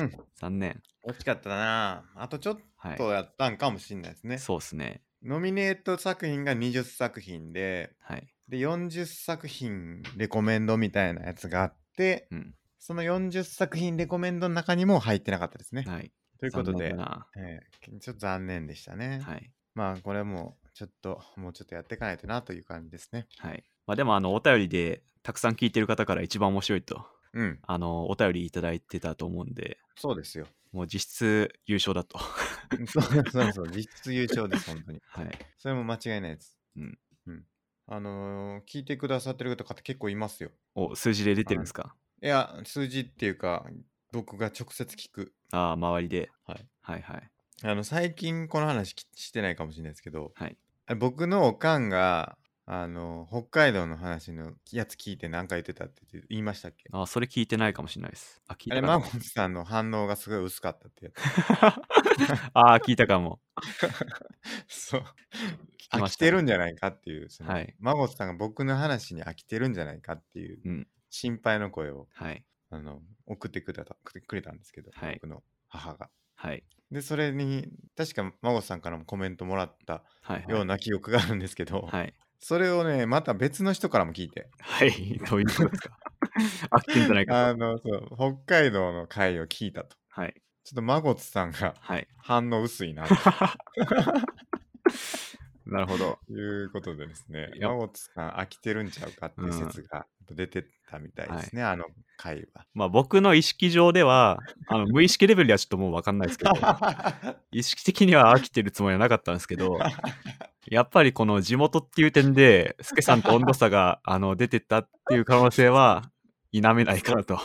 うん、
残念。
惜しかったな。あとちょっ
はい。
とやったんかもしれないですね。
そうですね。
ノミネート作品が20作品で、
はい。
で、40作品レコメンドみたいなやつがあって、
うん。
その40作品レコメンドの中にも入ってなかったですね。
はい。
(laughs) ということ
残
で
念、だ
ええちょっと残念でしたね。
なはい。
まあ、これもちょっと、もうちょっとやっていかないとなという感じですね。
はい。まあでも、あの、お便りで、たくさん聞いてる方から一番面白いと、
うん、
あの、お便りいただいてたと思うんで、
そうです
(laughs)
よ。
もう実質優勝だと。
そうそうそう、実質優勝です、本当に。
はい。
それも間違いないです。
うん。
うん。あのー聞いてくださってる方結構いますよ。
お、数字で出てるんですか、
いや、数字っていうか、僕が直接聞く。
ああ、周りで。
はい。
はいはい。
あの、最近この話きしてないかもしれないですけど、
はい。
あ僕のおかんが、あの、北海道の話のやつ聞いて何か言ってたって言って言いましたっけ
ああ、それ聞いてないかもしれないです。あ、聞い
あれ、
たか
マ
も
ゴ。ンさんの反応がすごい薄かったってや
(laughs) ああ、聞いたかも。 (laughs)
つ。そう。
きま
飽
し
き
た
てるんじゃないかっていう、その
はい
マゴンさんが僕の話に飽きてるんじゃないかっていう
うん
心配の声を、
はい。
あの、送ってくれたくれくれたんですけど、
はい
僕の母が。
はい。
で、それに、確かマゴンさんからもコメントもらった
はい。
ような記憶があるんですけど、
はい。
それをね、また別の人からも聞いて、
はい。 (laughs) どういうことですか飽きてんじゃないか
あ
と。
の、そう、北海道の回を聞いたと。
はい。
ちょっとマゴツさん
(laughs)
が
はい。
反応薄いな、
なるほど。、
ということでですね
いや
マゴツさん飽きてるんちゃうかっていう説が出てたみたいですね、あの回
(laughs)
は。
まあ僕の意識上では、あの無意識レベルではちょっともう分かんないです (laughs) けど、意識的には飽きてるつもりはなかったんですけ (laughs) ど、やっぱりこの地元っていう点で、スケさんと温度差があの出てったっていう可能性は否めないかなと。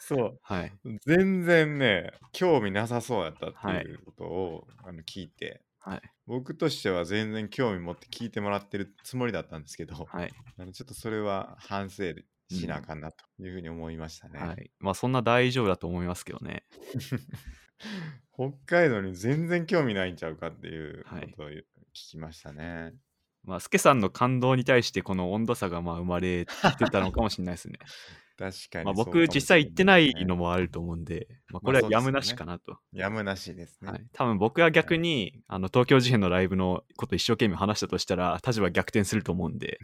そう。
はい。
全然ね、興味なさそうやったっていうことを、あの聞いて、
はい。
僕としては全然興味持って聞いてもらってるつもりだったんですけど、
はい。
あのちょっとそれは反省しなあかんなというふうに思いましたね。
はい。まあそんな大丈夫だと思いますけどね。
北海道に全然興味ないんちゃうかっていうこ
はい
とを聞きましたね。
まあ、スケさんの感動に対してこの温度差がまあ生まれてたのかもしれないですね。
(laughs) 確かに
まあ
そうかも
僕実際行ってないの
も。
もあると思うんで、まあ、
まあ
これ
そ
は
うですよ
や
ね
むなしかなと。
やむなしですね。
はい、多分僕は逆にあの東京事変のライブのこと一生懸命話したとしたら立場逆転すると思うんで、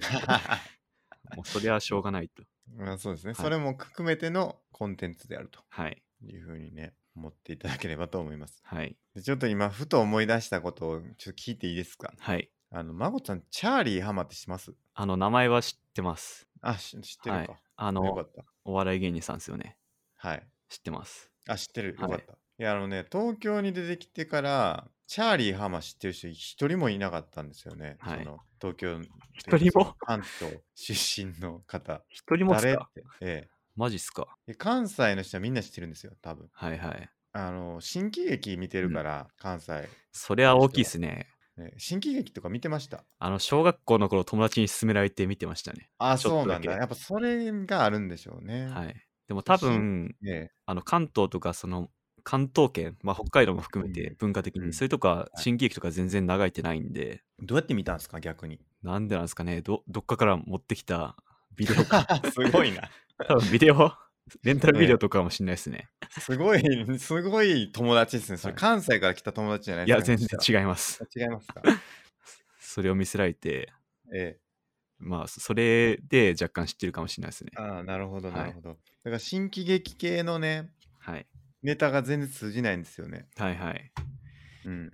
もうそれはしょうがない
(laughs)
と。
(laughs) まあそうですね、
い
それも含めてのコンテンツであると
はい。
いうふうにね、思っていただければと思います。
はい。
でちょっと今、ふと思い出したことをちょっと聞いていいですか
はい。
あの、まごちゃん、チャーリーハマってします
あの名前は知ってます。
あ、し知ってる
はい
か。よ
あ
か
の、
った。
お笑い芸人さんですよね。
はい。
知ってます。
あ、知ってる。よか
は
っ
い
た。い、や、あのね、東京に出てきてから、チャーリー浜知ってる人一人もいなかったんですよね。
はい
その東京というか
一人も
その関東出身の方。
一人もっす
誰って
か。
え
マジっすか。
え。関西の人はみんな知ってるんですよ、多分。
はいはい。
あの、新喜劇見てるから、関西、
それは大きいですね。
ね新喜劇とか見てました。
あの、小学校の頃友達に勧められて見てましたね。
あ、
ちょ
そ
っ
う
と
な
だ
ん
け
だ。やっぱそれがあるんでしょうね。。
はいい。でも多分、 (laughs)
え
あの関東とかその関東圏、まあ、北海道も含め
う
て
ん
文化的
うん
に、そういうとこはい新喜劇とか全然長いてないんで、
えどうやって見たんですか、逆に。
なんでなんですかね、どどっかから持ってきたビデオか、
(laughs) すご
(laughs)
いな。
多分ビデオ、 (laughs) レンタルビデオとかかもしれないですね。
すごい、すごい友達ですね。それ
はい
関西から来た友達じゃない
い
で
や、
すか。
全然違います。
違いますか (laughs)
それを見せられて、
ええ。
まあ、そそれで若干知ってるかもしれないですね。
ああ、なるほど、
はい
なるほど。だから新喜劇系のね、
はい。
ネタが全然通じないんですよね。
はいはい。
うん。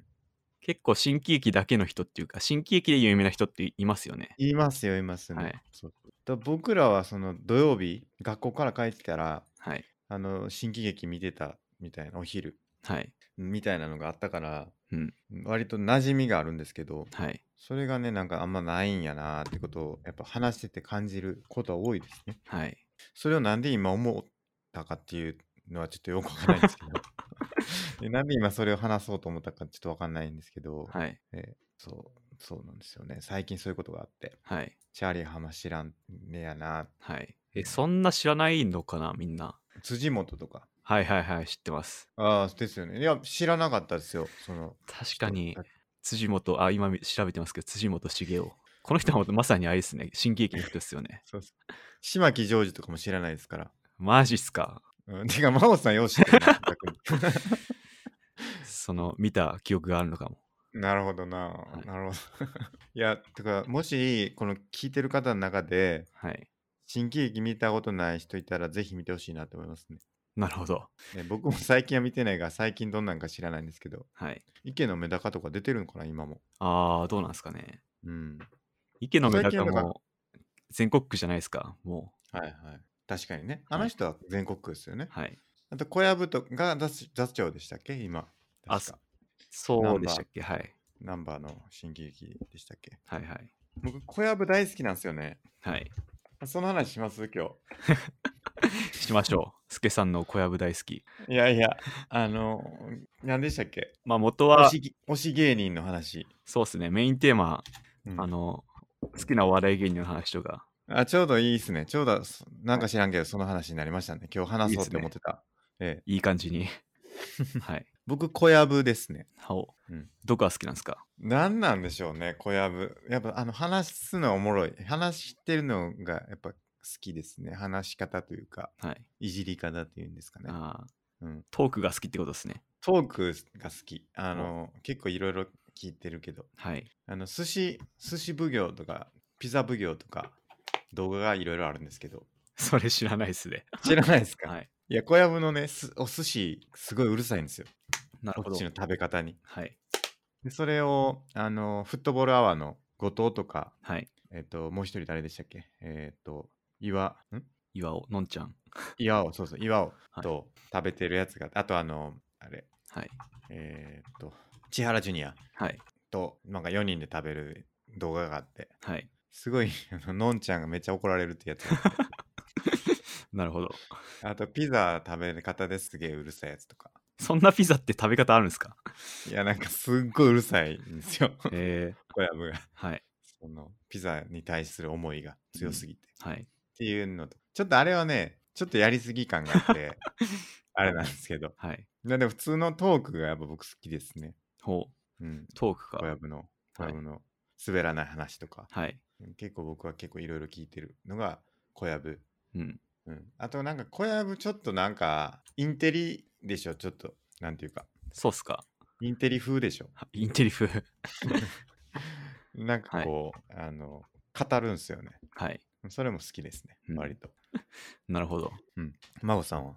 結構新喜劇だけの人っていうか、新喜劇で有名な人っていますよね。
言いますよ、言いますね。
はい
そうだから僕らはその土曜日、学校から帰ってたら、
はい。
あの、新喜劇見てたみたいな、お昼
はい。
みたいなのがあったから、
うん
割と馴染みがあるんですけど、
はい。
それがね、なんかあんまないんやなーってことを、やっぱ話してて感じることは多いですね。
はい。
それをなんで今思ったかっていうのはちょっとよくわかんないんですけ
(laughs)
ど (laughs) でなんで今それを話そうと思ったかちょっとわかんないんですけど、
はい。
えーそうそうなんですよね最近そういうことがあって
はい。
チャーリー浜知らんねやな
はい。え、そんな知らないのかな、みんな。
辻元とか
はいはいはい、知ってます。
ああですよねいや知らなかったですよその
確かに
人、
辻元、あ、今み調べてますけど、辻元茂雄。この人はまさにあれです (laughs) ね、新喜劇の人ですよね。
そうそう島木ジョージとかも知らないですから、
マジっすか。
うん、てか真帆さんよう知ってるな逆に (laughs)
その、見た記憶があるのかも。
なるほどな、
い
なるほど (laughs) いやてかもしこの聞いてる方の中で
はい。
新喜劇見たことない人いたらぜひ見てほしいなと思いますね。
なるほど。
ね僕 (laughs) も最近は見てないが、最近どんなんか知らないんですけど、
はい。
池のメダカとか出てるのかな、今も。
あー、どうなんですかね。
うん。
池のメダ
最近
カ
はなん
も、全国区じゃないですか、も
はいはい。確かにね。あ
は
の
い
人は全国区ですよね。
う。はい。
あと、小籔とが雑雑長でしたっけ今。
あ
確か。
そうでしたっけ、はい。
ナンバーの新喜劇でしたっけ
はいはい。
僕、小籔大好きなんですよね。
はい。
その話します今
しましょ (laughs) う。助さんの小籔大好き。
日。いやいや、あの、何でしたっけ
まあ、元
推
は、
しぎ推し芸人の話。
そうですね、メインテーマ、
うん
あの、好きなお笑い芸人の話とか、
あ、ちょうどいいですね。ちょうどそ、なんか知らんけど、その話になりましたね。今日話そうって思ってた。ええ、
いい
(laughs)
感じに。はい。
僕、小籔ですね。
お、
うん
どこが好きなんですか
何なんでしょうね、小籔。やっぱ、あの、話すのおもろい。話してるのが、やっぱ、好きですね。話し方というか、
はい。
いじり方っていうんですかね。
あー
うん、
トークが好きってことですね。
トークが好き。あの、結構いろいろ聞いてるけど、
はい。 (laughs)
あの、寿司、寿司奉行とか、ピザ奉行とか、動画がいろいろあるんですけど、
それ知らないですね。
知らないです (laughs) か、
はい。
いや、小籔のね、すお寿司、すごいうるさいんですよ。
なる
こ
ほ
っ
ど
ち。の食べ方に。
はい。
で、それを、あの、フットボールアワーの後藤とか、
はい。
えっ、と、もう一人誰でしたっけえっ、と、岩、ん
岩尾、のんちゃん。
岩尾、そうそう、岩尾
はい
と食べてるやつが、あとあの、あれ、
はい。
えっ、と、千原ジュニア
はい。
と、なんか4人で食べる動画があって、
はい。
すごい、あののんちゃんがめっちゃ怒られるっ
(laughs)
てやつがあって。
なるほど。
あと、ピザ食べ方ですげえうるさいやつとか。
そんなピザって食べ方ある
(laughs)
んですか
いや、なんかすっごいうるさいんです
(laughs)
よ、
え
小籔が。
ー、はい。
そのピザに対する思いが強すぎて、
はい。
っていうのとちょっとあれはねちょっとやりすぎ感があってあれなんですけど
はい。
ででも普通のトークがやっぱ僕好きですね
ほう。
うん
トーク
小
か。
籔の小籔の滑らない話とか、
はい。
結構僕は結構いろいろ聞いてるのが小籔
うん。
うんあとなんか小籔ちょっとなんかインテリでしょちょっとなんていうか
そうっすか。
インテリ風でしょ
あインテリ風。
なんかこう、あの語るんすよね
(laughs) はい。
それも好きですね、
うん
割と
なるほど。
真帆さんは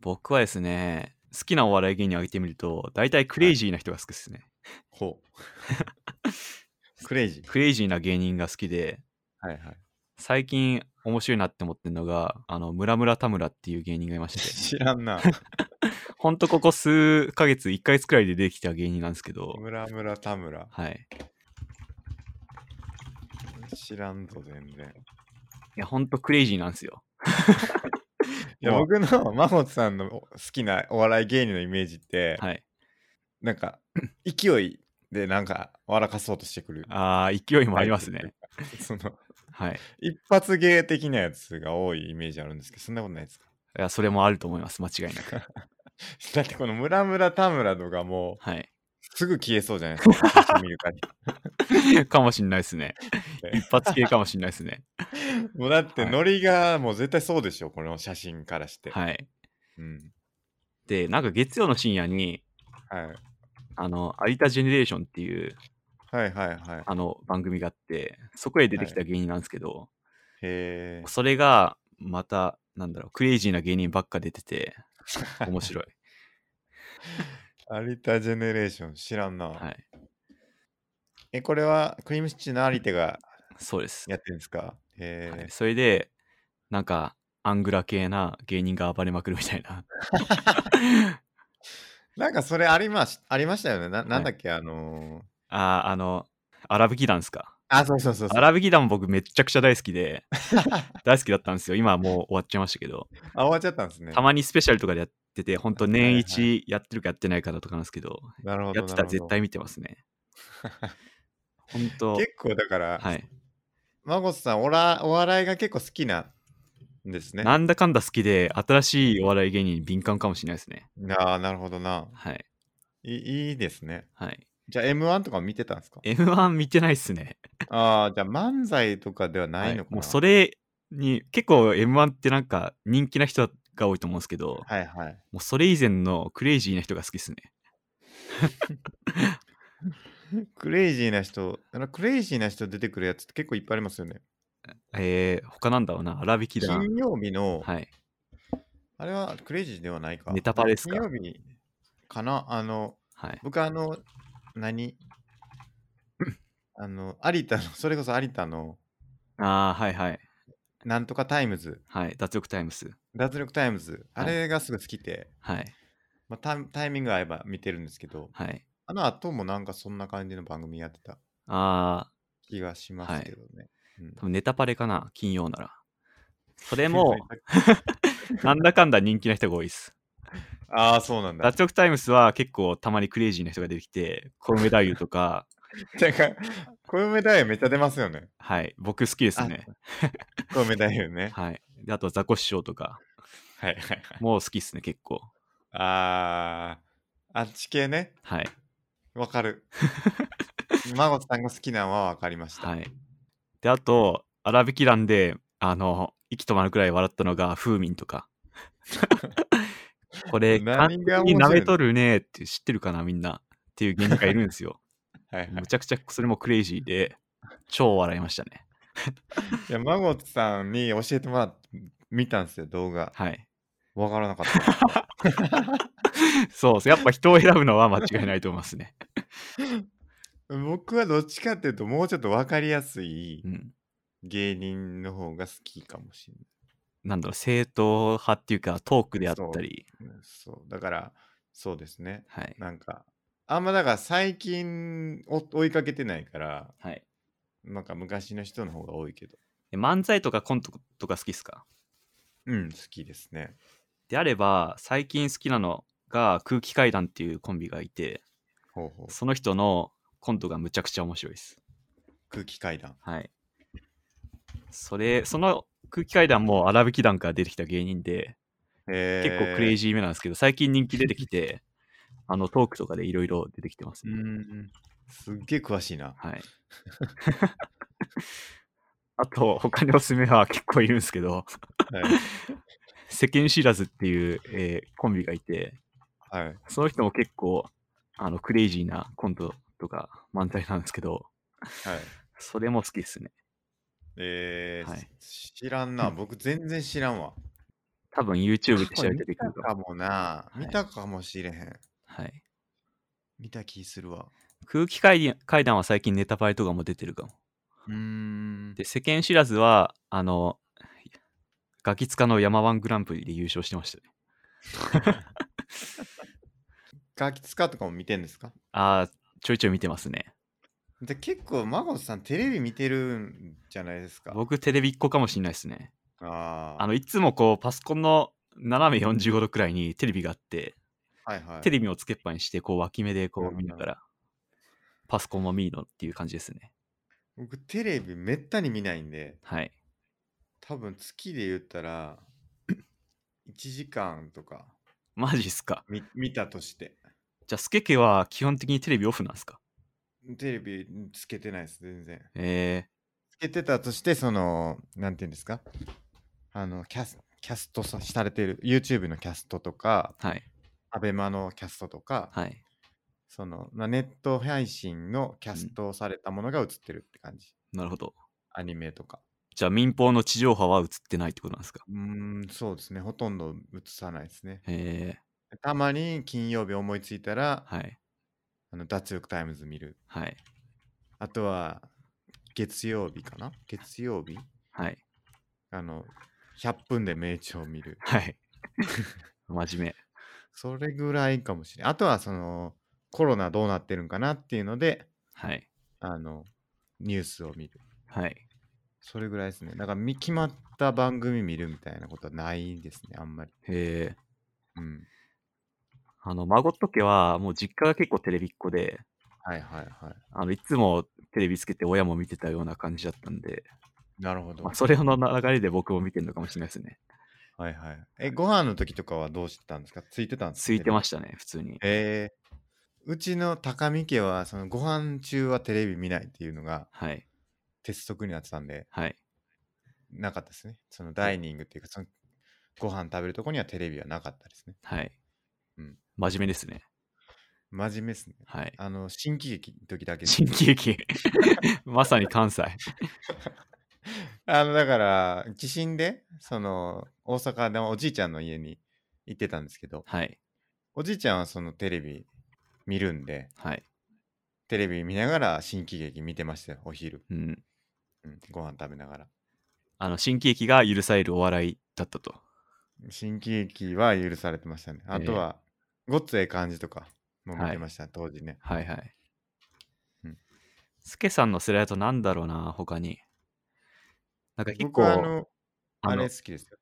僕はですね、好きなお笑い芸人を挙げてみると、大体クレイジーな人が好きですね。
ほ (laughs) うクレイジー
クレイジーな芸人が好きで、
はいはい
最近面白いなって思ってるのが、あの、ムラムラ田村っていう芸人がいまし
知
て、 (laughs)
らんな
ほんとここ数ヶ月、1ヶ月くらいで出てきた芸人なんですけど、
村村田村
はい。
知らんぞ全然
いや、ほんとクレイジーなんですよ。
いや
もう
僕の真帆さんの好きなお笑い芸人のイメージって、
はい。
なんか勢いでなんか笑かそうとしてくる
あー、勢いもありますね。
その
はい。
一発芸的なやつが多いイメージあるんですけどそんなことないですか (laughs)
いや、それもあると思います。間違いなく。 (laughs)
だってこの村村田村とかも
はい。
うすぐ消えそうじゃないです
(laughs)
か写真見る限
かもしんないです (laughs) ね。
り
一発系かもしんないですね。
もうだって
はい
ノリがもう絶対そうでしょこの写真からして、
(laughs) はい。
うん
で、なんか月曜の深夜に、
はい、
あの、有田ジェネレーションっていう、
はいはいはいへ
あの、番組があって、そこへ出てきた芸人なんですけど、
え
それが、また、なんだろう、クレイジーな芸人ばっか出
(laughs)
てて、面白い。
有田ジェネレーション知らんな、
はい。
えこれはクリームシチューの有田が
そうです。
やってるんですかへ
はい
え、
それで、なんか、アングラ系な芸人が暴れまくるみたいな。
なんかそれありましありましたよねななんだ
はい
っけ、あのー、
あー、あの、アラブ劇団ですか。
あそうそうそうそ
ア
う
ラブ劇団僕めっちゃくちゃ大好きで、
(laughs)
大好きだったんですよ。今はもう終わっちゃいましたけど、
あ終わっちゃったんですね
たまにスペシャルとかでやってて、本当
はい
年
はい
一やってるかやってないかだとかなんですけど、
なるほど
やってたら絶
なる
対見てますね。
(laughs)
本
ほ
当
ど結構だから、
はい。
マゴスさんおらお笑いが結構好きなんですねあ
なんだかんだ好きで、新しいお笑い芸人に敏感かもしれないですね。
あなるほどな
はい。
いいいですね
はい。
じゃあ M1 とか見てたんですか
M1 見てないっすね。
ああじゃあ漫才とかではないの
は
か
い
な、
もうそれに、結構 M1 ってなんか人気な人が多いと思うんですけど、
はいはい
もうそれ以前のクレイジーな人が好きっすね。
クレイジーな人あのクレイジーな人出てくるやつって結構いっぱいありますよね
えー、他なんだろうな、荒引きだ。
金曜日の、
はい。
あれはクレイジーではないか
ネタパレっすか
金曜日かなあの
はい。
僕あの何あの有田のそれこそ有田の
ああ、はいはい。
なんとかタイムズ
はい。脱力タイムス。
脱力タイムズ
は
あ
い
れがすごい好きで、
はい。
まあ、タイタイミング合えば見てるんですけど
はい。
あの後もなんかそんな感じの番組やってた
ああ、
気がしますけどね、うん
多分ネタパレかな、金曜なら。それも、
う
なんだかんだ人気な人が多いです。
(laughs) ああそうなんだ
脱力タイムスは結構たまにクレイジーな人が出て
(laughs)
きて、コウメ太夫とか、
なんか小梅太夫めっちゃ出ますよね
はい。僕好きですね。
小梅太夫ね
はい。であと、ザコシショウとか、
はいはいはい
もう好きっすね、結構。
あーあっち系ね
はい。
わか
(laughs)
る孫さんが好きなのはわかりました、
はい。で、あと、荒引き団で、あの、息止まるくらい笑ったのが、フーミンとか。 (laughs) これ、完
何
全
が面白い
に舐めとるねって知ってるかな、みんな。っていう芸人がいるんで
(laughs)
すよ。
はいはい
むちゃくちゃそれもクレイジーで、超笑いましたね。
いや、マゴさんに教えてもらって見たんですよ、動画。
はい。
わからなかった。
(laughs) そうそう、やっぱ人を選ぶのは間違いないと思いますね。
僕はどっちかっていうと、もうちょっとわかりやすい
うん。
芸人の方が好きかもし
なんだろう、正統派っていうか、トークであったり、
れない。そう、だから、そうですね。
はい。
なんか、あんまだから最近追追いかけてないから、
はい。
なんか昔の人の方が多いけど。
え漫才とかコントとか好きっすか
うん、好きですね。
であれば、最近好きなのが空気階段っていうコンビがいて、
ほうほう。
その人のコントがむちゃくちゃ面白いです。
空気階段。
はい。それ、その空気階段も荒引き団から出てきた芸人で、
結
結構クレイジーめなんですけど、最近人気出てきて、あのトークとかでいろいろ出てきてます、
うーん。すっげえ詳しいな。 (laughs)
はい。あと、他におすすめは結構いるんですけど、世間知らずっていう、えーコンビがいて、
はい。はい。
その人も結構、あの、クレイジーなコントとか漫才なんですけど、
はい。
それも好きですね。
えー
はい
知らんな。僕全然知らんわ。
多分 YouTube で調べて
見
でき
た
ると
か
思う。
もな。
い
見たかもしれへん。
はい。
見た気するわ。
空気階段階段は最近ネタバレとかも出てるかも。
うーん。
で、世間知らずは、あの、ガキツカの山ワングランプリで優勝してましたね。
ガキ使とかも見てんですか
ああ、ちょいちょい見てますね。
で結構、マゴさんテレビ見てるんじゃないですか。
僕、テレビっ子かもしれないですね。
あ
あの、いつもこう、パソコンの斜め45度くらいにテレビがあって、
あ、はいはい。
テレビをつけっぱにして、こう、脇目でこ
なる
う
ほど
見ながら、パソコンも見るのっていう感じですね。
僕テレビめったに見ないんで、
はい。
多分月で言ったら、1時間とか
マジっすか。
見見たとして。
じゃあ、スケ家は基本的にテレビオフなんですか
テレビつけてないです、全然。
え
つけてたとして、その、なんていうんですかあの、キャスキャストさされてる、YouTube のキャストとか、
ー、はい。
アベマのキャストとか、
はい。
その、まあネット配信のキャストされたものが映ってるって感じ。
なるほど。
アニメとか。
じゃあ、民放の地上波は映ってないってことなんですか
うーん、そうですね。ほとんど映さないですね。
え
たまに金曜日思いついたら、
ー、はい。
あの脱力タイムズ見る。
はい。
あとは、月曜日かな月曜日
はい。
あの、100分で名著を見る。
はい。 (laughs) 真面目。
それぐらいかもしれない。あとは、その、コロナどうなってるんかなっていうので、
はい。
あの、ニュースを見る。
はい。
それぐらいですね。だから、見決まった番組見るみたいなことはないですね、あんまり。
えー、
うん。
あの、孫と家は、もう実家が結構テレビっ子で、
はいはいはい。
あの、いつもテレビつけて親も見てたような感じだったんで、
なるほど。
まあ、それの流れで僕も見てるのかもしれないですね。
はいはい。え、ご飯の時とかはどうしてたんですかついてたんですか
ついてま
し
したね、普通に。
えーうちの高見家は、そのご飯中はテレビ見ないっていうのが
はい。
鉄則になってたんで、
はい。
なかったですね。そのダイニングっていうか、そのご飯食べるとこにはテレビはなかったですね。
はい。
うん
真面目ですね。
真面目ですね。
はい。
あの、新喜劇の時だけ。
新喜
(laughs)
劇。まさに関西。
あの、だから、地震で、その、大阪でおじいちゃんの家に行ってたんですけど、
はい。
おじいちゃんはそのテレビ見るんで、
はい。
テレビ見ながら新喜劇見てましたよ、お昼。
うん。
うん、ご飯食べながら。
あの、新喜劇が許されるお笑いだったと。
新喜劇は許されてましたね。あとは、ごっつええ感じとかも見てました、当時ね。
はいはい
うん。
スケさんの世代だとなんだろうな、他に。なんか結
僕
構、
はあの、
あ
あ
の
れ好きですよ。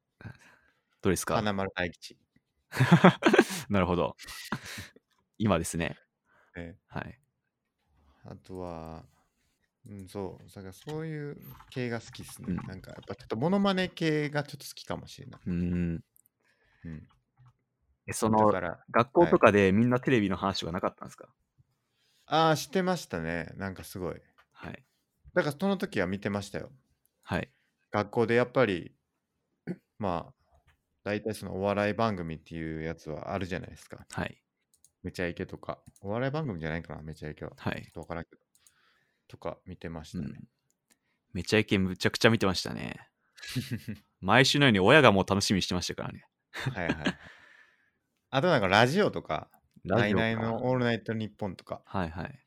どうですか
花丸大吉。
なる
(laughs)
ほど。今ですね。
ええ
はい。
あとは、うん、そう、だからそういう系が好きですね。
うん
なんか、やっぱちょっとモノマネ系がちょっと好きかもしれない。
うーん。
うん、
えそ
だ
の
か、ら、
学校とかでみんなテレビの話がなかったんですか
ああ、してましたね。なんかすごい。
はい。
だから、その時は見てましたよ。
はい。
学校でやっぱり、まあ、大体そのお笑い番組っていうやつはあるじゃないですか。
はい。
めちゃイケとか、お笑い番組じゃないかな、めちゃイケは。ちょ
はい
っ。とわからんけど。とか見てまし
う
たね。
ん。めちゃイケむちゃくちゃ見てましたね。 (laughs) 毎週のように親がもう楽しみにしてましたからね。
はいはい。あとなんかラジオとか、ナ
ラ
イ
ジオか
ナイのオールナイトニッポンとか、
はいはい。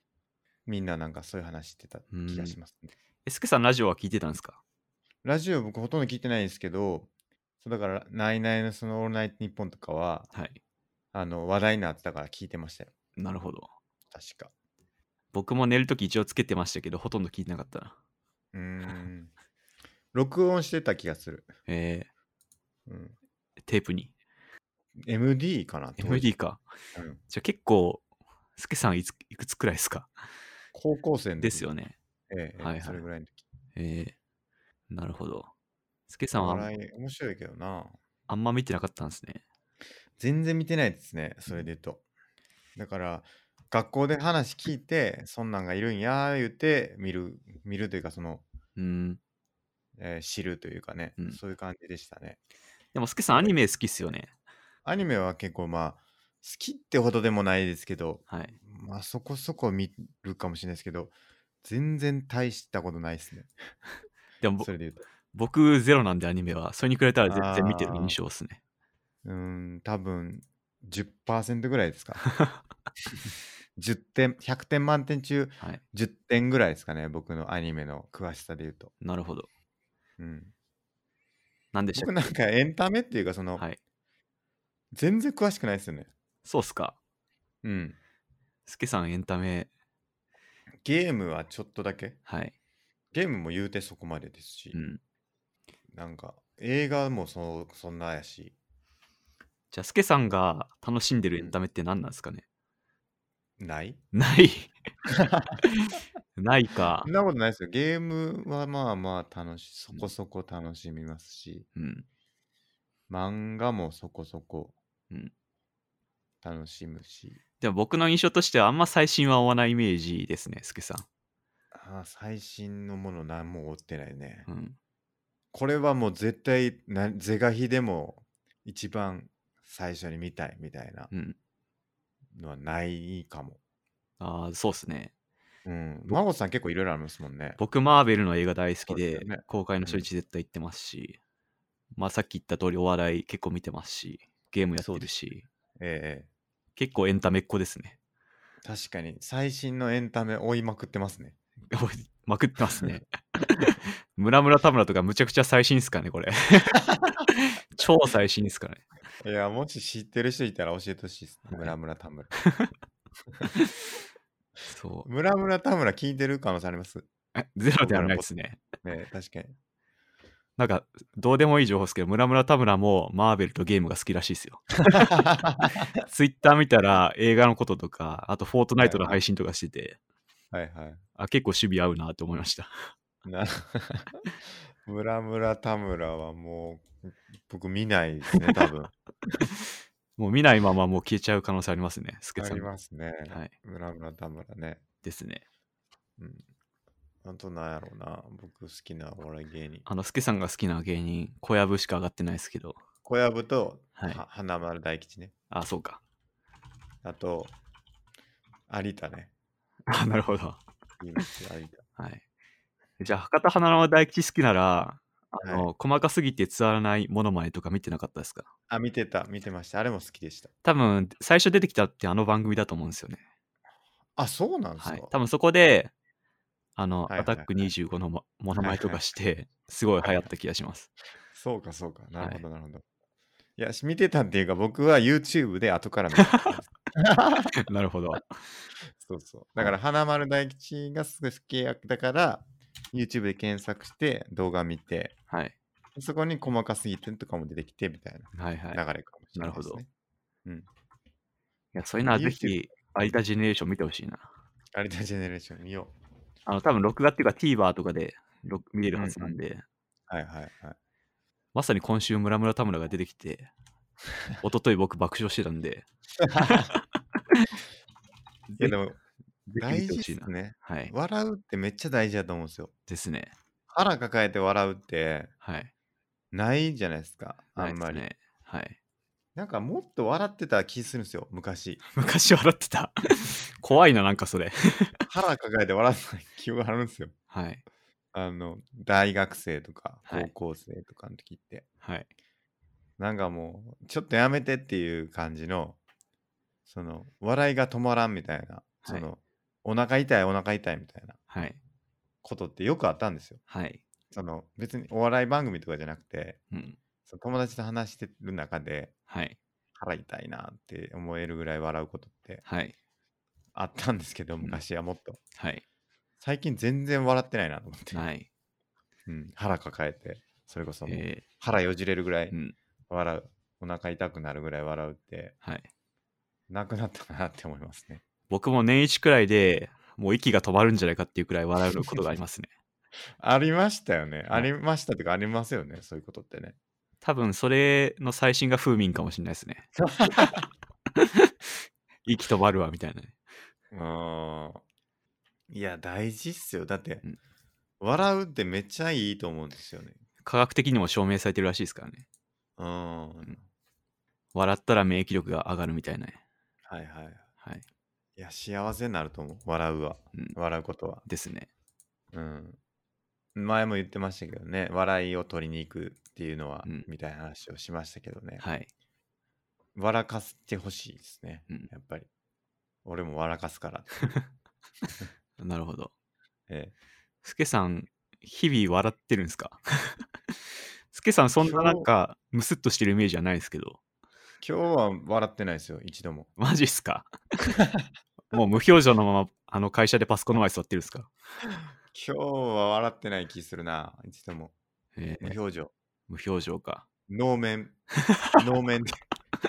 みんななんかそういう話してた気がしますね。
え、スケさんラジオは聞いてたんですか
ラジオ僕ほとんど聞いてないんですけど、そうだから、ナイナイのそのオールナイトニッポンとかは、
はい。
あの、話題になってたから聞いてましたよ。
なるほど。
確か。
僕も寝るとき一応つけてましたけど、ほとんど聞いてなかったな。
うー
(laughs)
ん。録音してた気がする。
え
うん、
ー、テープに。
MD かな当時
MD か。
うん
じゃあ結構、スケさんいついくつくらいですか
高校生の時
ですよね。
ええええ
はいはい
それぐらいの時。
えー、なるほど。スケさん
お
は
笑い面白いけどな。
あんま見てなかったんですね。
全然見てないですね、それで言うと。だから、学校で話聞いて、そんなんがいるんやー言うて、見る、見るというか、その、
うん。
えー知るというかね、
うん
そういう感じでしたね。
でも、スケさんアニメ好きっすよね。
アニメは結構まあ、好きってほどでもないですけど、
はい。
まあそこそこ見るかもしれないですけど、全然大したことないですね。
でもぼ
そ、れで言うと。
僕ゼロなんでアニメは。それに比べたら全然見てる印象っすね。
うーん、多分10%ぐらいです
(laughs)
か。10点、100点満点中、
はい。
10点ぐらいですかね、僕のアニメの詳しさで言うと。
なるほど。
うん、
なんでした
僕
っ
なんかエンタメっていうか、そ
け
の、
はい。
全然詳しくないですよね。
そうっすか。
うん。
スケさんエンタメ。
ゲームはちょっとだけ。
はい。
ゲームも言うてそこまでですし、
うん。
なんか映画もそそんなやし、
じゃあ、スケさんが楽しんでるエンタメって何なんですかね、 (laughs)
ない (laughs)
ない。ないか
そん。なことないですよ。ゲームはまあまあ楽し、そこそこ楽しみますし、
うん。
漫画もそこそこ
うん
楽しむし、
でも僕の印象としてはあんま最新は追わないイメージですね、スケさ
あー最新のもの何も追ってないね。
ん。うん。
これはもう絶対な、是が非でも一番最初に見たいみたいな
うん。
のはないかも。
ああ、そうっすね。
うん。孫さん結構いろいろありますもんね。
僕、マーベルの映画大好き
そう
で、
ですよね
公開の初日絶対行ってますし、まあさっき言った通りお笑い結構見てますし、ゲームやってるし、
ええ
結構エンタメっ子ですね。
確かに最新のエンタメ追いまくってますね。
まくってま
(laughs)
すね。村村田村とかむちゃくちゃ最新っすからね、
(laughs)
これ。超最新っすからね。
いや、もし知ってる人いたら教えてほしいです。村村田村。
そう。
村村田村聞いてる可能性あります。
えゼロではないですね。
ね確
(laughs)
かに。
なんか、どうでもいい情報ですけど、村村田村もマーベルとゲームが好きらしいですよ。ツイッター見たら映画のこととか、あとフォートナイトの配信とかしてて、
はいはい。
あ結構守備合うなって思いました。
な村村田村はもう僕見ないですね、
(laughs)
多分。
もう見ないままもう消えちゃう可能性ありますね、スケ
あ
さん。
りますね。
はい。
村村田村ね。
ですね。
うん。あとなんやろうな。僕好きなお笑い芸人。
あの、スケさんが好きな芸人、小籔しか上がってないですけど、
小籔と、
はい
は花丸大吉ね。
あ、そ
(laughs)
うか。
あと、有田ね。
あなるほど。
いいですよ有田。
はい。じゃあ、博多花の大吉好きなら、あの、
は
細かすぎて伝わらないモノマネとか見てなかったですか
あ、見てた、見てました。あれも好きでした。
多分、最初出てきたってあの番組だと思うんですよね。
あ、そうなんですか、
はい。多分そこで、あの、
はいはいはい
アタック25のもモノマネとかして、すごい流行った気が
(laughs)
します。
そうか、そうか。な
はい
るほど、なるほど。いや、し見てたっていうか、僕は YouTube で後
(laughs)
から見た。
なるほど。
そうそう。だから、花丸大吉がすごい好きやだから、YouTube で検索して動画見て、
はい。
そこに細かすぎてとかも出てきてみたいな
はいはい。い
流れかもしれないですね。
なる
うん。
や、そういうのはぜ
YouTube
ひ、有田ジェネレーション見てほしいな。
有田ジェネレーション見よう。
あの、多分録画っていうか TVer とかで録見れるはずなんで、
はいはいはい。
まさに今週、村村田村が出てき (laughs) て、一昨日僕爆笑してたんで、
いや、でも、
ぜひ
大
見て
事
ほ
で
しい
す
な。
ね。
はい。
笑うってめっちゃ大事だと思うんですよ。
ですね。
腹抱えて笑うって
はい。
ないじゃないですか、あんまり。
ないですね。はい。
なんかもっと笑ってた気するんですよ、昔。
昔笑ってた。 (laughs) 怖いな、なんかそれ。
腹抱えて笑ってた記憶があるんですよ。
はい。
あの、大学生とか、
はい
高校生とかの時って。
はい。
なんかもう、ちょっとやめてっていう感じの、その、笑いが止まらんみたいな、その、お腹痛い、お腹痛いみたいな
はい。
ことってよくあったんですよ。
はい。
その、別にお笑い番組とかじゃなくて、
うん。
その友達と話してる中で、
はい。
腹痛いなって思えるぐらい笑うことって
はい。
あったんですけど、昔はもっと。
はい。
最近全然笑ってないなと思って、
はい。
うん、腹抱えてそれこそもう
え
腹よじれるぐらい
ーうん。
笑う、お腹痛くなるぐらい笑うって
はい。
なくなったなって思いますね
僕も年一くらいで、もう息が止まるんじゃないかっていうくらい笑うことがありますね。
ありましたよね。
い
ありましたとかありますよね。そういうことってね。
多分それの最新が風民かもしれないですね。息止まるわ、みたいなね。
うん。いや、大事っすよ。だって、
うん
笑うってめっちゃいいと思うんですよね。
科学的にも証明されてるらしいですからね。
うん。
笑ったら免疫力が上がるみたいなね。
はいはい。
はい。
いや、幸せになると思う。笑うは。
うん
笑うことは。
ですね。
うん。前も言ってましたけどね、笑いを取りに行くっていうのは、
うん
みたいな話をしましたけどね。
はい。
笑かしてほしいですね。
うん
やっぱり。俺も笑かすから (laughs) って。
なるほど。
ええ
スケさん、日々笑ってるんですか (laughs) スケさん、そんななんか、ムスッとしてるイメージはないですけど。
今日は笑ってないですよ、一度も。
マジっすかもう無表情のまま、あの会社でパソコンの前に座ってるんですか
今日は笑ってない気するな、一度も。
え
無
ー
表情。
無表情か。
能
(laughs)
面。能面って。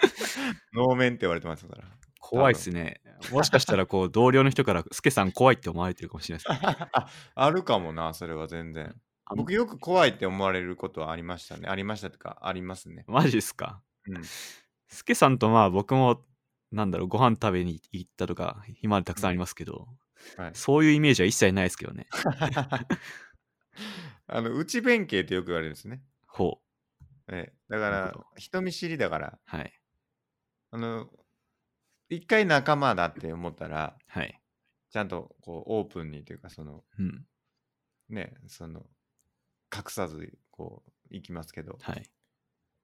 (laughs) 能面って言われてますから。
怖いっすね。もしかしたら、こう、同僚の人から、スケさん怖いって思われてるかもしれないですね。
ああるかもな、それは全然。
あの
僕よく怖いって思われることはありましたね。ありましたとか、ありますね。
マジっすか
うん。
スケさんとまあ僕もなんだろうご飯食べに行ったとか今までたくさんありますけど、 (laughs)
はい
そういうイメージは一切ないですけどね
あの、内弁慶ってよく言われるんですね。
ほう
ええ、だか
なる
ら
ほど、
人見知りだから、
はい
あの、一回仲間だって思ったら、
はい
ちゃんとこうオープンにというか、その、
うん
ね、その、隠さず、こう、行きますけど、
はい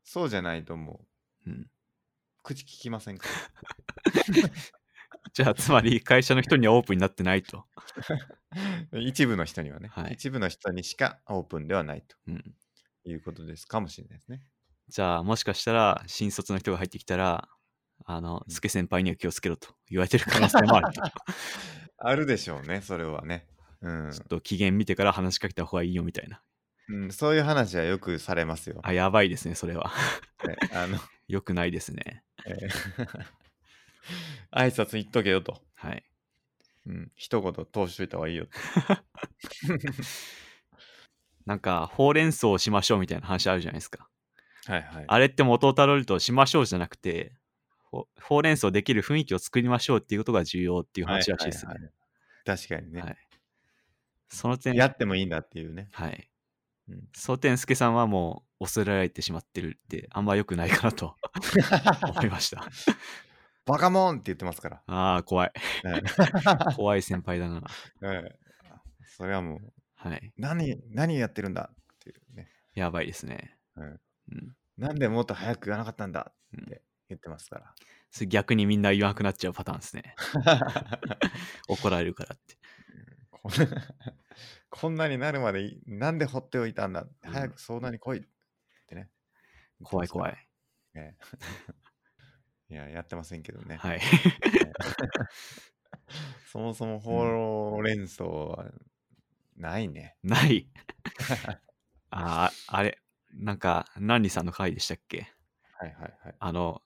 そうじゃないともう、
うん
口聞きませんか
じゃあつまり会社の人にはオープンになってないと、
ら (laughs) 一部の人にはね、
はい
一部の人にしかオープンではないと
うん、
いうことですかもしれないですね。
じゃあもしかしたら新卒の人が入ってきたらあの
うん
スケ先輩には気をつけろと言われてる可能性もあると
あるでしょうね、それはね。 (laughs) うん
ちょっと機嫌見てから話しかけた方がいいよみたいな
うん、そういう話はよくされますよ。
あやばいですねそれは
ねあの、
良くないですね
えー (laughs) 挨拶言っとけよと。
はい
うん、一言通しといた方がいいよと。
なんかほうれん草をしましょうみたいな話あるじゃないですか
はいはい。
あれって元をたどるとしましょうじゃなくて、ほほうれん草できる雰囲気を作りましょうっていうことが重要っていう話らしいです
は。
ね
ははい確かにね、
はいその点、
やってもいいんだっていうね。
はい。
うん
その点、助さんはもう恐れられてしまってるって、あんま良くないかな
(laughs)
と思いました。
バカモンって言ってますから。
ああ、怖い。
はい
(laughs) 怖い先輩だな。
はいそれはもう、
はい。
何、何やってるんだっていうね。
やばいですね。
はい
うん
なんでもっと早く言わなかったんだって言ってますか
それ逆にみんな言わなくなっちゃうパターンですね。
ら。
怒られるからって。
こんなこんなになるまでいなんで放っておいたんだ
うん
早く相談に来いってね。
怖い怖い。
い。ね、いや、やってませんけどね。
はい。
そもそもほうれん草はないね。 (laughs)
ない。ああ、あれ、なんか、ナンリさんの回でしたっけ
はいはいはい。
あの、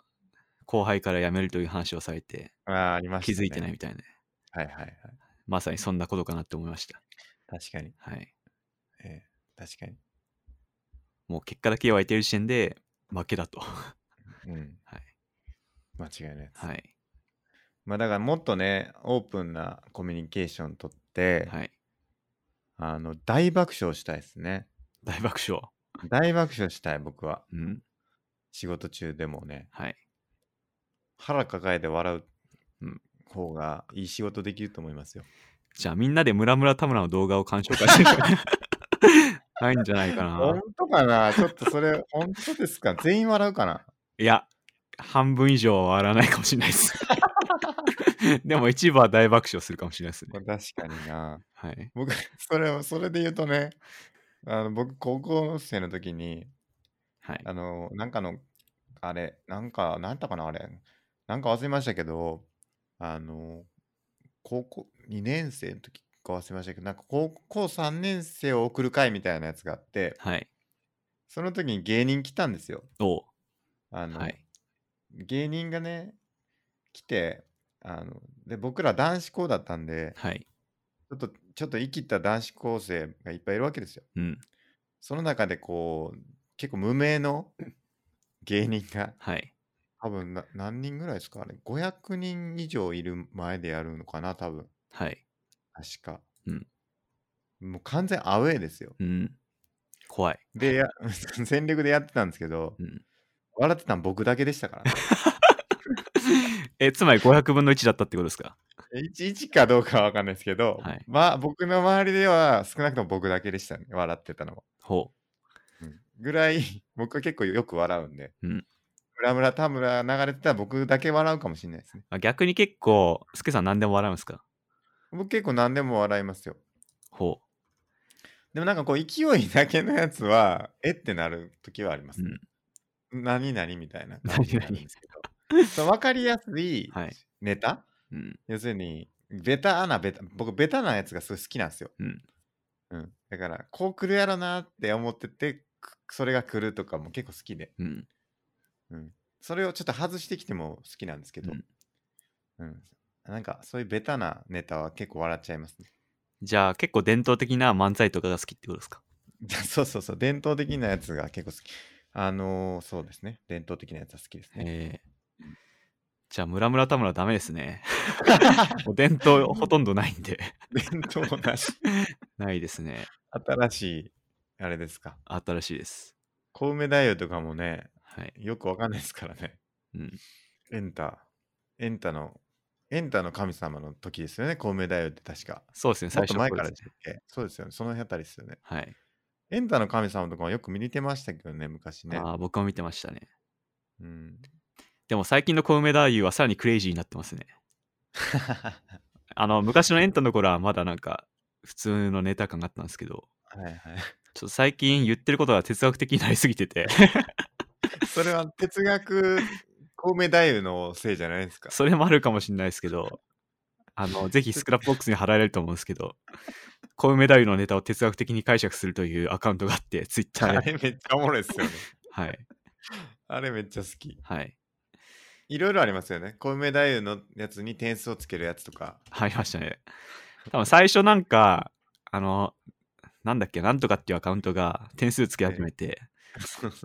後輩から辞めるという話をされて、
あーありまし
気
た、ね。
づいてない。みたいな、
はいはいはい。
まさにそんなことかなって思いました。
確かに。
はい。
えー確かに。
もう結果だけ湧いてる時点で、負けだと。 (laughs) は
うん。
い。
間違いないです。
はい。
まあだからもっとね、オープンなコミュニケーションとって、
はい。
あの、大爆笑したいですね。
大爆笑。
大爆笑したい、僕は。
うん。
仕事中でもね。
はい。
腹抱えて笑
う
うん方がいい仕事できると思いますよ。
じゃあみんなでムラムラ田村の動画を鑑賞
(laughs)
会してるないんじゃないかな
本。当か
(laughs)
なちょっとそれ、本当ですか全員笑うかない
や、半分以上は笑わないかもしれないです。 (laughs) でも一部は大爆笑するかもしれないです
こ
ね。
れ確かにな。
はい。
僕、それを、それで言うとね、あの僕、高校生の時に、
はい。
あの、なんかの、あれ、なんか、なんだかなあれ、なんか忘れましたけど、あの、高校2年生の時か忘れましたけど、なんか高校3年生を送る会みたいなやつがあって、
はい。
その時に芸人来たんですよ。
おう
あの、
はい。
芸人がね来てあので僕ら男子校だったんで
はい。
ちょっとちょっと生きった男子高生がいっぱいいるわけですよ。
うん。
その中でこう、結構無名の芸人が
はい。
多分な何人ぐらいですかあれ、500人以上いる前でやるのかな、多分。
はい。
確か。
うん
もう完全アウェーですよ。
うん。怖い。
で、や (laughs) 全力でやってたんですけど、 (laughs)
うん。
笑ってたの僕だけでしたから
(laughs)
ね。
え、つまり500分の1だったってことですか
11かどうかは分かんないですけど、
はい
まあ僕の周りでは少なくとも僕だけでしたね、笑ってたのは。
ほ
うんぐらい、 (laughs) 僕は結構よく笑うんで、
うん
ムラムラ田村流れてたら僕だけ笑うかもしれないですね
う。。あ逆に結構、スケさん何でも笑うんですか
僕結構何でも笑いますよ。
ほ
でもなんかこう勢いだけのやつは、えってなる時はあります、ね何々みた
(laughs)
いな感じになるんですけど。そう分かりやすい
はい
ネタ、
う。うん。
要するに、ベタなベタ、僕、ベタなやつがすごい好きなんですよ。
うん。
うん。だから、こう来るやろなって思ってて、くそれが来るとかも結構好きで、
うん。
それをちょっと外してきても好きなんですけど、
うん
うん。なんか、そういうベタなネタは結構笑っちゃいますね。
じゃあ結構伝統的な漫才とかが好きってことですか
そうそうそう、伝統的なやつが結構好き。あのーそうですね。伝統的なやつは好きですね。
ええじゃあ、ムラムラ田村ダメですね。 (laughs) もう伝統ほとんどない
(laughs)
んで。
(laughs) 伝統なし。
ないですね。
新しい、あれですか。
新しいです。
小梅太夫とかもね、
はい。
よくわかんないですからね。
うん。
エンタ、エンタの、エンタの神様の時ですよね、孔明太夫って確か。
そうですね、
も
最
っと
初の
前
頃
から
で
ですし
ね
たっけそうですよね、その辺あたりですよね。
はい。
エンタの神様とかもよく見にてましたけどね、昔ね。
ああ、僕も見てましたね。
うん、
でも最近の小梅太夫はさらにクレイジーになってますね。あの、昔のエンタの頃はまだなんか、普通のネタ感があったんですけど、
(laughs) はいはい。
ちょっと最近言ってることが哲学的になりすぎてて、
それは哲学、孔明太夫のせいじゃないですか。
それもあるかもしれないですけど、あの、ぜひスクラップボックスに貼られると思うんですけど、小梅太夫のネタを哲学的に解釈するというアカウントがあって、ツイッタ
あ
ーで。
れめっちゃおもろい
(laughs)
ですよね。
はい。
あれめっちゃ好き。
はい。
いろいろありますよね。孔明太夫のやつに点数をつけるやつとか。
入りましたね。多分最初なんか、あの、なんだっけ、なんとかっていうアカウントが点数つけ始めて、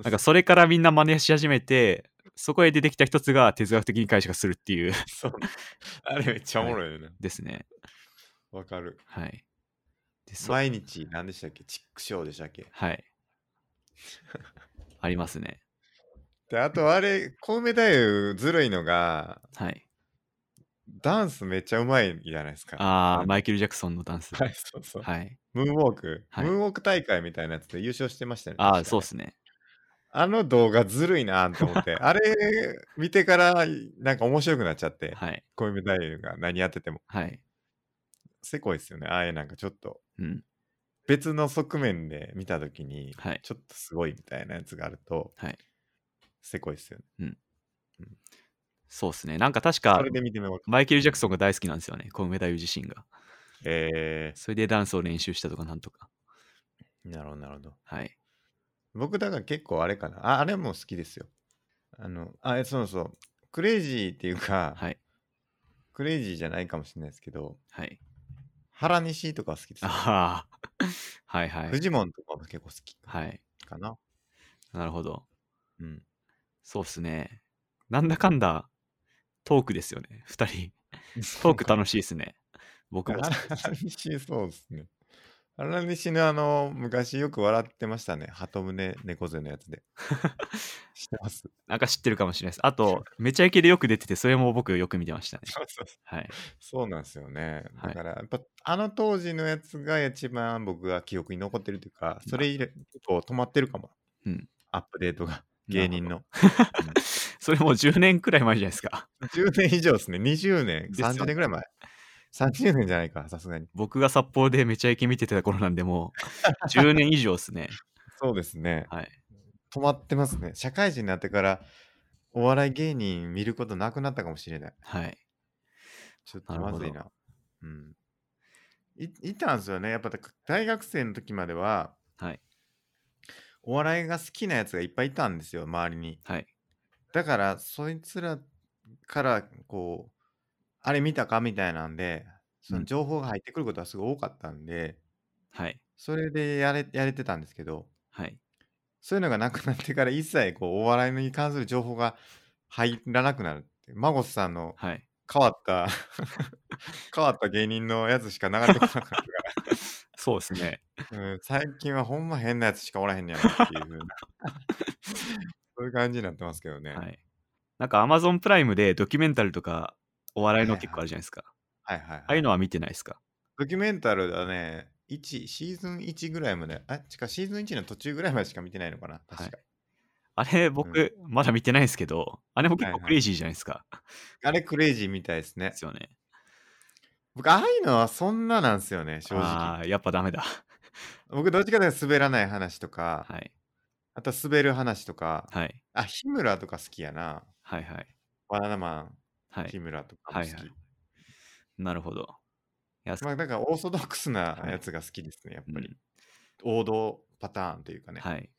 なんかそれからみんな真似し始めて、そこへ出てきた一つが哲学的に解釈するっていう
そうあれめっちゃおもろいよね。
ですね。
わかる。
はい。で、そう。
毎日何でしたっけチックショーでしたっけ
はい。ありますね。
で、あとあれ、コウメ太夫ずるいのが、 (laughs)
はい。
ダンスめっちゃうまいじゃないですか。
ああ、マ
イ
イケル・ジャクソンのダンス。
は、
はい
そうそう。 (laughs)
い。
ムーンウォーク、
はい
ムーンウォーク大会みたいなやつで優勝してましたよね。
あ
確
あ、
か
そうですね。
あの動画ずるいなと思
(laughs)
って、あれ見てからなんか面白くなっちゃって、
はい。
コウメ太夫が何やってても。
はい。
せこいですよね。ああいうなんかちょっと
うん。
別の側面で見たときに、
はい。
ちょっとすごいみたいなやつがあると、
はい
せこいですよね。
そうですね。なんか確
そ
か
れ、で見てもわかる。
マイケル・ジャクソンが大好きなんですよね。小梅太夫自身が。
え
それでダンスを練習したとかなんとか。
ー、なるほど、なるほど。
はい。
僕だから結構あれかなああれも好きですよあのあえそうそうクレイジーっていうか、
はい。
クレイジーじゃないかもしれないですけど
はい。
原西とかは好きですよ
ああ。はいはい。
フジモンとかも結構好き
はい。
かな、
なるほど。
うん
そうっすね。なんだかんだ、トークですよね。二人。トーク楽しいですね。僕も好きです。
原西そうですね原西のあの昔よく笑ってましたね鳩胸猫背のやつ
(laughs)
で知ってます
なんか知ってるかもしれないです。あと、めちゃイケでよく出てて、それも僕よく見てましたね。
そうそうそう
はい。
そうなんですよね。
はい
だから、やっぱあの当時のやつが一番僕が記憶に残ってるというか、それ以来結構止まってるかも。
うん
アップデートが。芸人の。
それもう10年くらい前じゃないですか。
10年以上ですね。20年、
ですよね
30年ぐらい前。30年じゃないか、さすがに。
僕が札幌でめちゃイケ見てた頃なんで、もう10年以上ですね。
そうですね。
はい。
止まってますね。社会人になってから、お笑い芸人見ることなくなったかもしれない。
はい。
ちょっ
な
と
るほ
ま
ど
ずいな。うん。いいたんですよね。やっぱだから大学生の時までは、
はい。
お笑いが好きなやつがいっぱいいたんですよ、周りに。
はい。
だから、そいつらから、こう、あれ見たかみたいなんで、その
うん
情報が入ってくることはすごい多かったんで、
はい。
それでやれやれてたんですけど、
はい。
そういうのがなくなってから一切こうお笑いに関する情報が入らなくなるって。マゴスさんの
はい。
変わった (laughs) 変わった芸人のやつしか流れてこなかったか
そうですね。
ら、うん、最近はほんま変なやつしかおらへんねやなっていうふうなそういう感じになってますけどね、
はい。なんか Amazon プライムでドキュメンタルとかお笑いの結構あるじゃないですか。
はいはいはい
ああいうのは見てないですか
ドキュメンタルだね1シーズン1ぐらいまであっちかシーズン1の途中ぐらいまでしか見てないのかな確か、
あれ僕、まだ見てないんですけど、あれも結構
はいはい
クレイジーじゃないですか。
あれクレイジーみたいですね
ですよね。
僕ああいうのはそんななんですよね正直
ああー、やっぱダメだ。
僕どっちかというと滑らない話とか、
はい。
あと滑る話とか、
はい。
あ日村とか好きやな
はいはい。
バナナマ
は
ン日
い。
村とかも好き、
はいはいなるほど。いや、
まあ、だからオーソドックスな
はい
やつが好きですね、やっ
う
ぱ
ん
り。王道パターンというかね。
はい。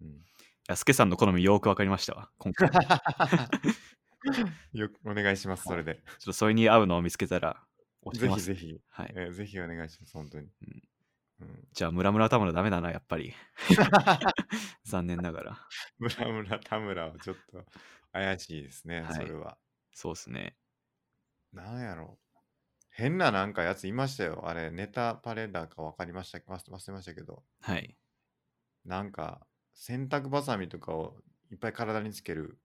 い
うん、 (laughs)
や、すけさんの好みよくわかりましたわ。今回。ちょっ
よくお願いします、それで。
とそれに合うのを見つけたら教え
ぜ
ま
ひ
す。
ぜひ、
はい。
えーぜひお願いします、本当に。うん
じゃあ、ムラムラ田村ダメだな、やっ
(laughs)
ぱり。残念ながら。
ムラムラ田村はちょっと怪しいですね、
はい
それは。
そうですね。
なんやろう。変ななんかやついましたよ。あれ、ネタパレだか分かりました忘忘れましたけど、
はい。
なんか洗濯バサミとかをいっぱい体につける。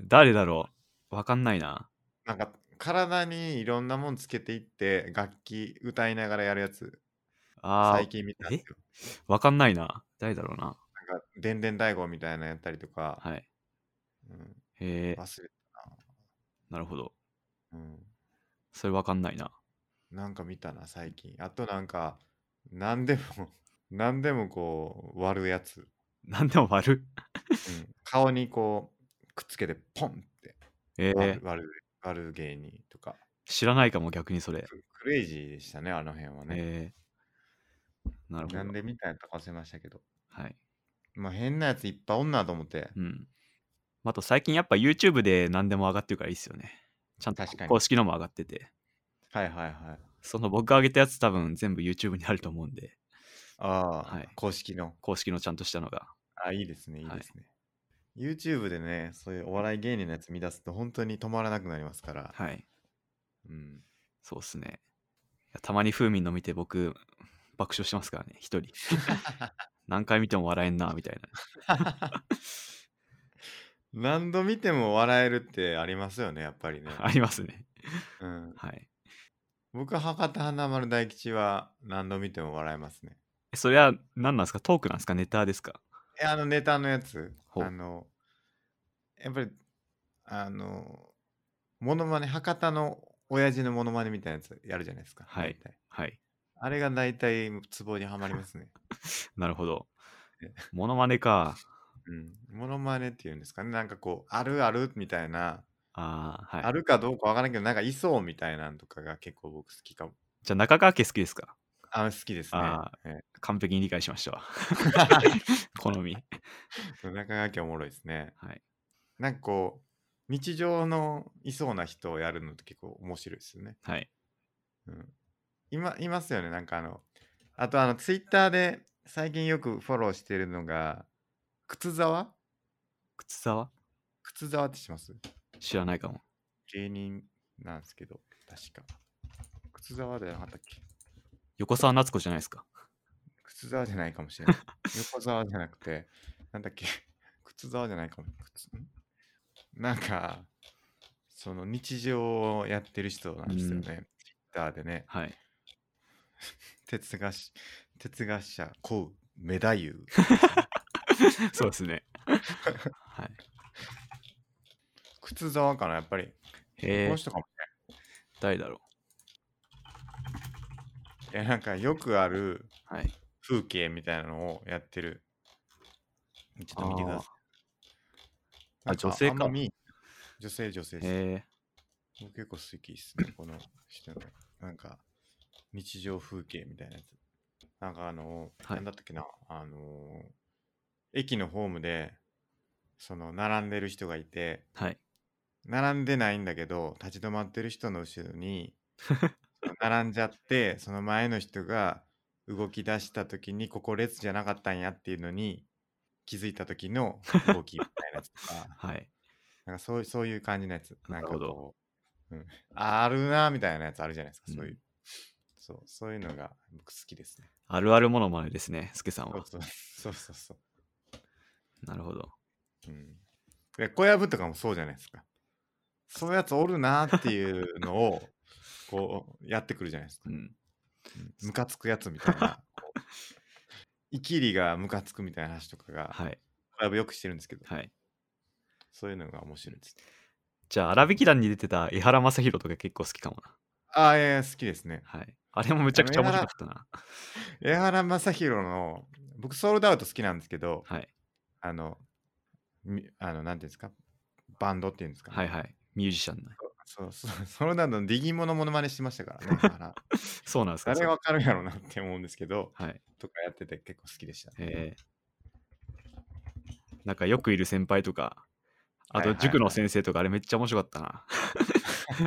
誰だろうわかんないな。
なんか体にいろんなもんつけていって楽器歌いながらやるやつ
あ
最近見たんですよ。
あ、わかんないな。誰だろうな。
なんかでんでん大悟みたいなのやったりとか、
はい。
うん、
へえ、
忘れた
なるほど。
な、うん。
それわかんないな。
なんか見たな最近。あとなんか何でも (laughs) 何でもこう割るやつ、
なんでも悪い。
うん顔にこうくっつけてポンって
え
割る
え、
割る割る芸人とか
知らないかも、逆にそれ。
ククレイジーでしたねあの辺はね。
ええ、なるほ
なん
ど。
で見たやったか忘れましたけど。
はい。
まあ変なやついっぱいおんなと思って。
うん。あと最近やっぱ YouTube で何でも上がってるからいいっすよね。ちゃんと
確かに
公式のも上がってて。
はいはいはい。
その僕が上げたやつ多分全部 YouTube にあると思うんで、
ああ、
はい
公式の。
公式のちゃんとしたのが。
あいいですね、いい
はい
ですね。YouTube でね、そういうお笑い芸人のやつ見出すと本当に止まらなくなりますから。
はい。
うん、
そうっすね。いやたまに風味の見て僕、爆笑してますからね、一
(laughs)
人。何回見ても笑えんな、みたいな。
何度見ても笑えるってありますよね、やっぱりね。
(laughs) ありますね。
うん、
はい。
僕は博多華丸大吉は何度見ても笑えますね。
えそれは何なんですかトークなんですかネタですか
え、あのネタのやつ、
ほう
あの、やっぱり、あの、モノマネ、博多の親父のモノマネみたいなやつやるじゃないですか。
は
大
い
体
はい。
あれが大体ツボにはまりますね。
なるほど
え。
モノマネか。
うん、モノマネっていうんですかねなんかこうあるあるみたいな、
ああ、は
あ
い。
るかどうかわからんけどなんかいそうみたいなんとかが結構僕好きかも
じゃあ中川家好きですか
あ好きですね
あ
え
完璧に理解しま (laughs) したわ。好み。
え中川家おもろいですね
はい。
なんかこう日常のいそうな人をやるのって結構面白いですよね、
はい。
うん、今いますよねなんかあのあとあのツイッターで最近よくフォローしてるのが靴沢
靴沢
靴沢ってします
知らないかも。
芸人なんですけど確か靴沢でなかったっけ
横澤夏子じゃないですか。
靴沢じゃないかもしれない。横沢じゃなくて、なんだっけ、 (laughs) 靴沢じゃないかも。靴んなんか、その日常をやってる人なんですよね。ツイッターでね、
はい。
哲学し哲学者、こう、メ太夫。
そうですね。はい。
靴沢かな、やっぱり。
へ
こ
え
の、人かも
誰だろ
しれない。いや、なんかよくある
う。はい。
風景みたいなのをやってる。ちょっと見てください。
あーあ
なん
女性か
あんま見女性、女性です。
へえ、
僕結構好きですね、この人の。なんか、日常風景みたいなやつ。なんかあの、
はい
なんだったっけな、あのー駅のホームで、その、並んでる人がいて、
はい。
並んでないんだけど立ち止まってる人の後ろに並んじゃってその前の人が動き出した時にここ列じゃなかったんやっていうのに気づいた時の動きみたいなやつとか
はい。
なんかそうそういう感じのやつなんか
なる
こう、うん、あるなみたいなやつあるじゃないですか、そういううそうそういうのが僕好きですね
あるあるものまねですね、スケさん
そう
は。
そうそうそうそう
なるほど。
うんで小籔とかもそうじゃないですか。そういうやつおるなーっていうのをこうやってくるじゃないですか
う。ん。
ムカつくやつみたいな。こうイキリがムカつくみたいな話とかが、
はい。
小籔よくしてるんですけど、
はい。
そういうのが面白いです。
じゃあ、荒引き団に出てた江原正宏とか結構好きかもな。
ああ、いやいや、好きですね。
はい。あれもめちゃくちゃ面白かったな。
江原正宏の、僕、ソールドアウト好きなんですけど、
はい。
あの、みあの、なんていうんですか、バンドっていうんですか、
はいはい。ミュージシャンの。
そうそう、 (laughs) ソールドアウトのディギモのモノマネしてましたからね江原、
(laughs) そうなんですか。
誰わかるやろうなって思うんですけど、
それはい。
とかやってて結構好きでした、
えーなんかよくいる先輩とか、あ
はいはい
と
はい
塾の先生とか、あれめっちゃ面白かっ
(laughs)
たな。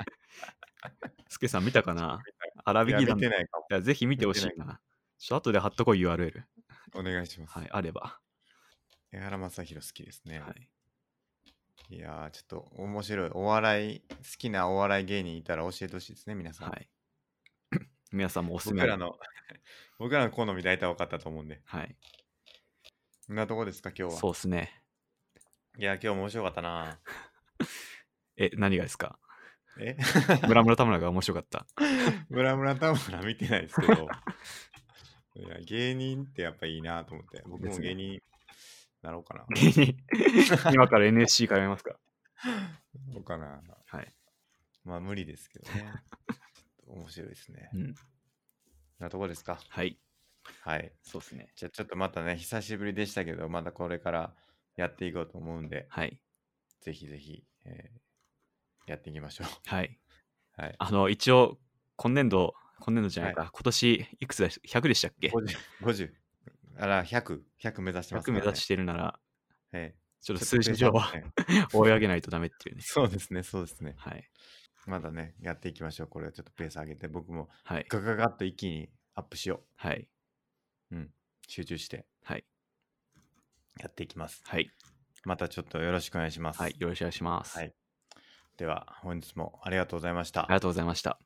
スケさん見たかな荒
い
引
や
き
見
団の。
て
い
ないかも。
や、ぜひ見てほしいな。ちょっと後で貼っとこう URL。
お願いします。
はい、あれば。
江原正宏好きですね。
はい。
い、やー、ちょっと面白い。お笑い、好きなお笑い芸人いたら教えてほしいですね、皆さん。
はい。 (coughs) 皆さんもおすすめ
僕
あ
ら
る。
の、 (laughs) 僕らの好み大体分かったと思うんで。
はい。
そんなとこですか、今日は。
そうですね。
いやー、今日も面白かったな。
え、何がですか
(laughs) え
村村田村が面白
(laughs)
かった。
ムラムラタウンは見てないですけど。 (laughs) いや、芸人ってやっぱいいなと思って。僕も
ですね
芸人なろうかな。
今から NSC 通いますか
どうかな。
はい。
まあ無理ですけどね。ちょっと面白いですね
う。ん。
そんなとこですか。
はい。
はい。
そうですね。
じゃあちょっとまたね、久しぶりでしたけど、またこれからやっていこうと思うんで、
はい。
ぜひぜひ、えーやっていきましょ
はい。
う。はい。
あの、一応、今年度、今年度じゃないか、今年いくつだし、100でしたっけ
50、50、あら、100、100目指してますか
?100
ら
目
ね、
指してるなら、
え
ちょ
え
っと数字上 (laughs) は追い上げないとダメっていうね。
そうですね、そうですね。
はい。
まだね、やっていきましょう。これはちょっとペース上げて、僕も
はい。
ガガガッと一気にアップしよ
はい。
う。うん。集中して
はい。
やっていきます。
はい。
またちょっとよろしくお願いします。
はい。よろしくお願いします。
はいでは、本日もありがとうございました
あり。がとうございました。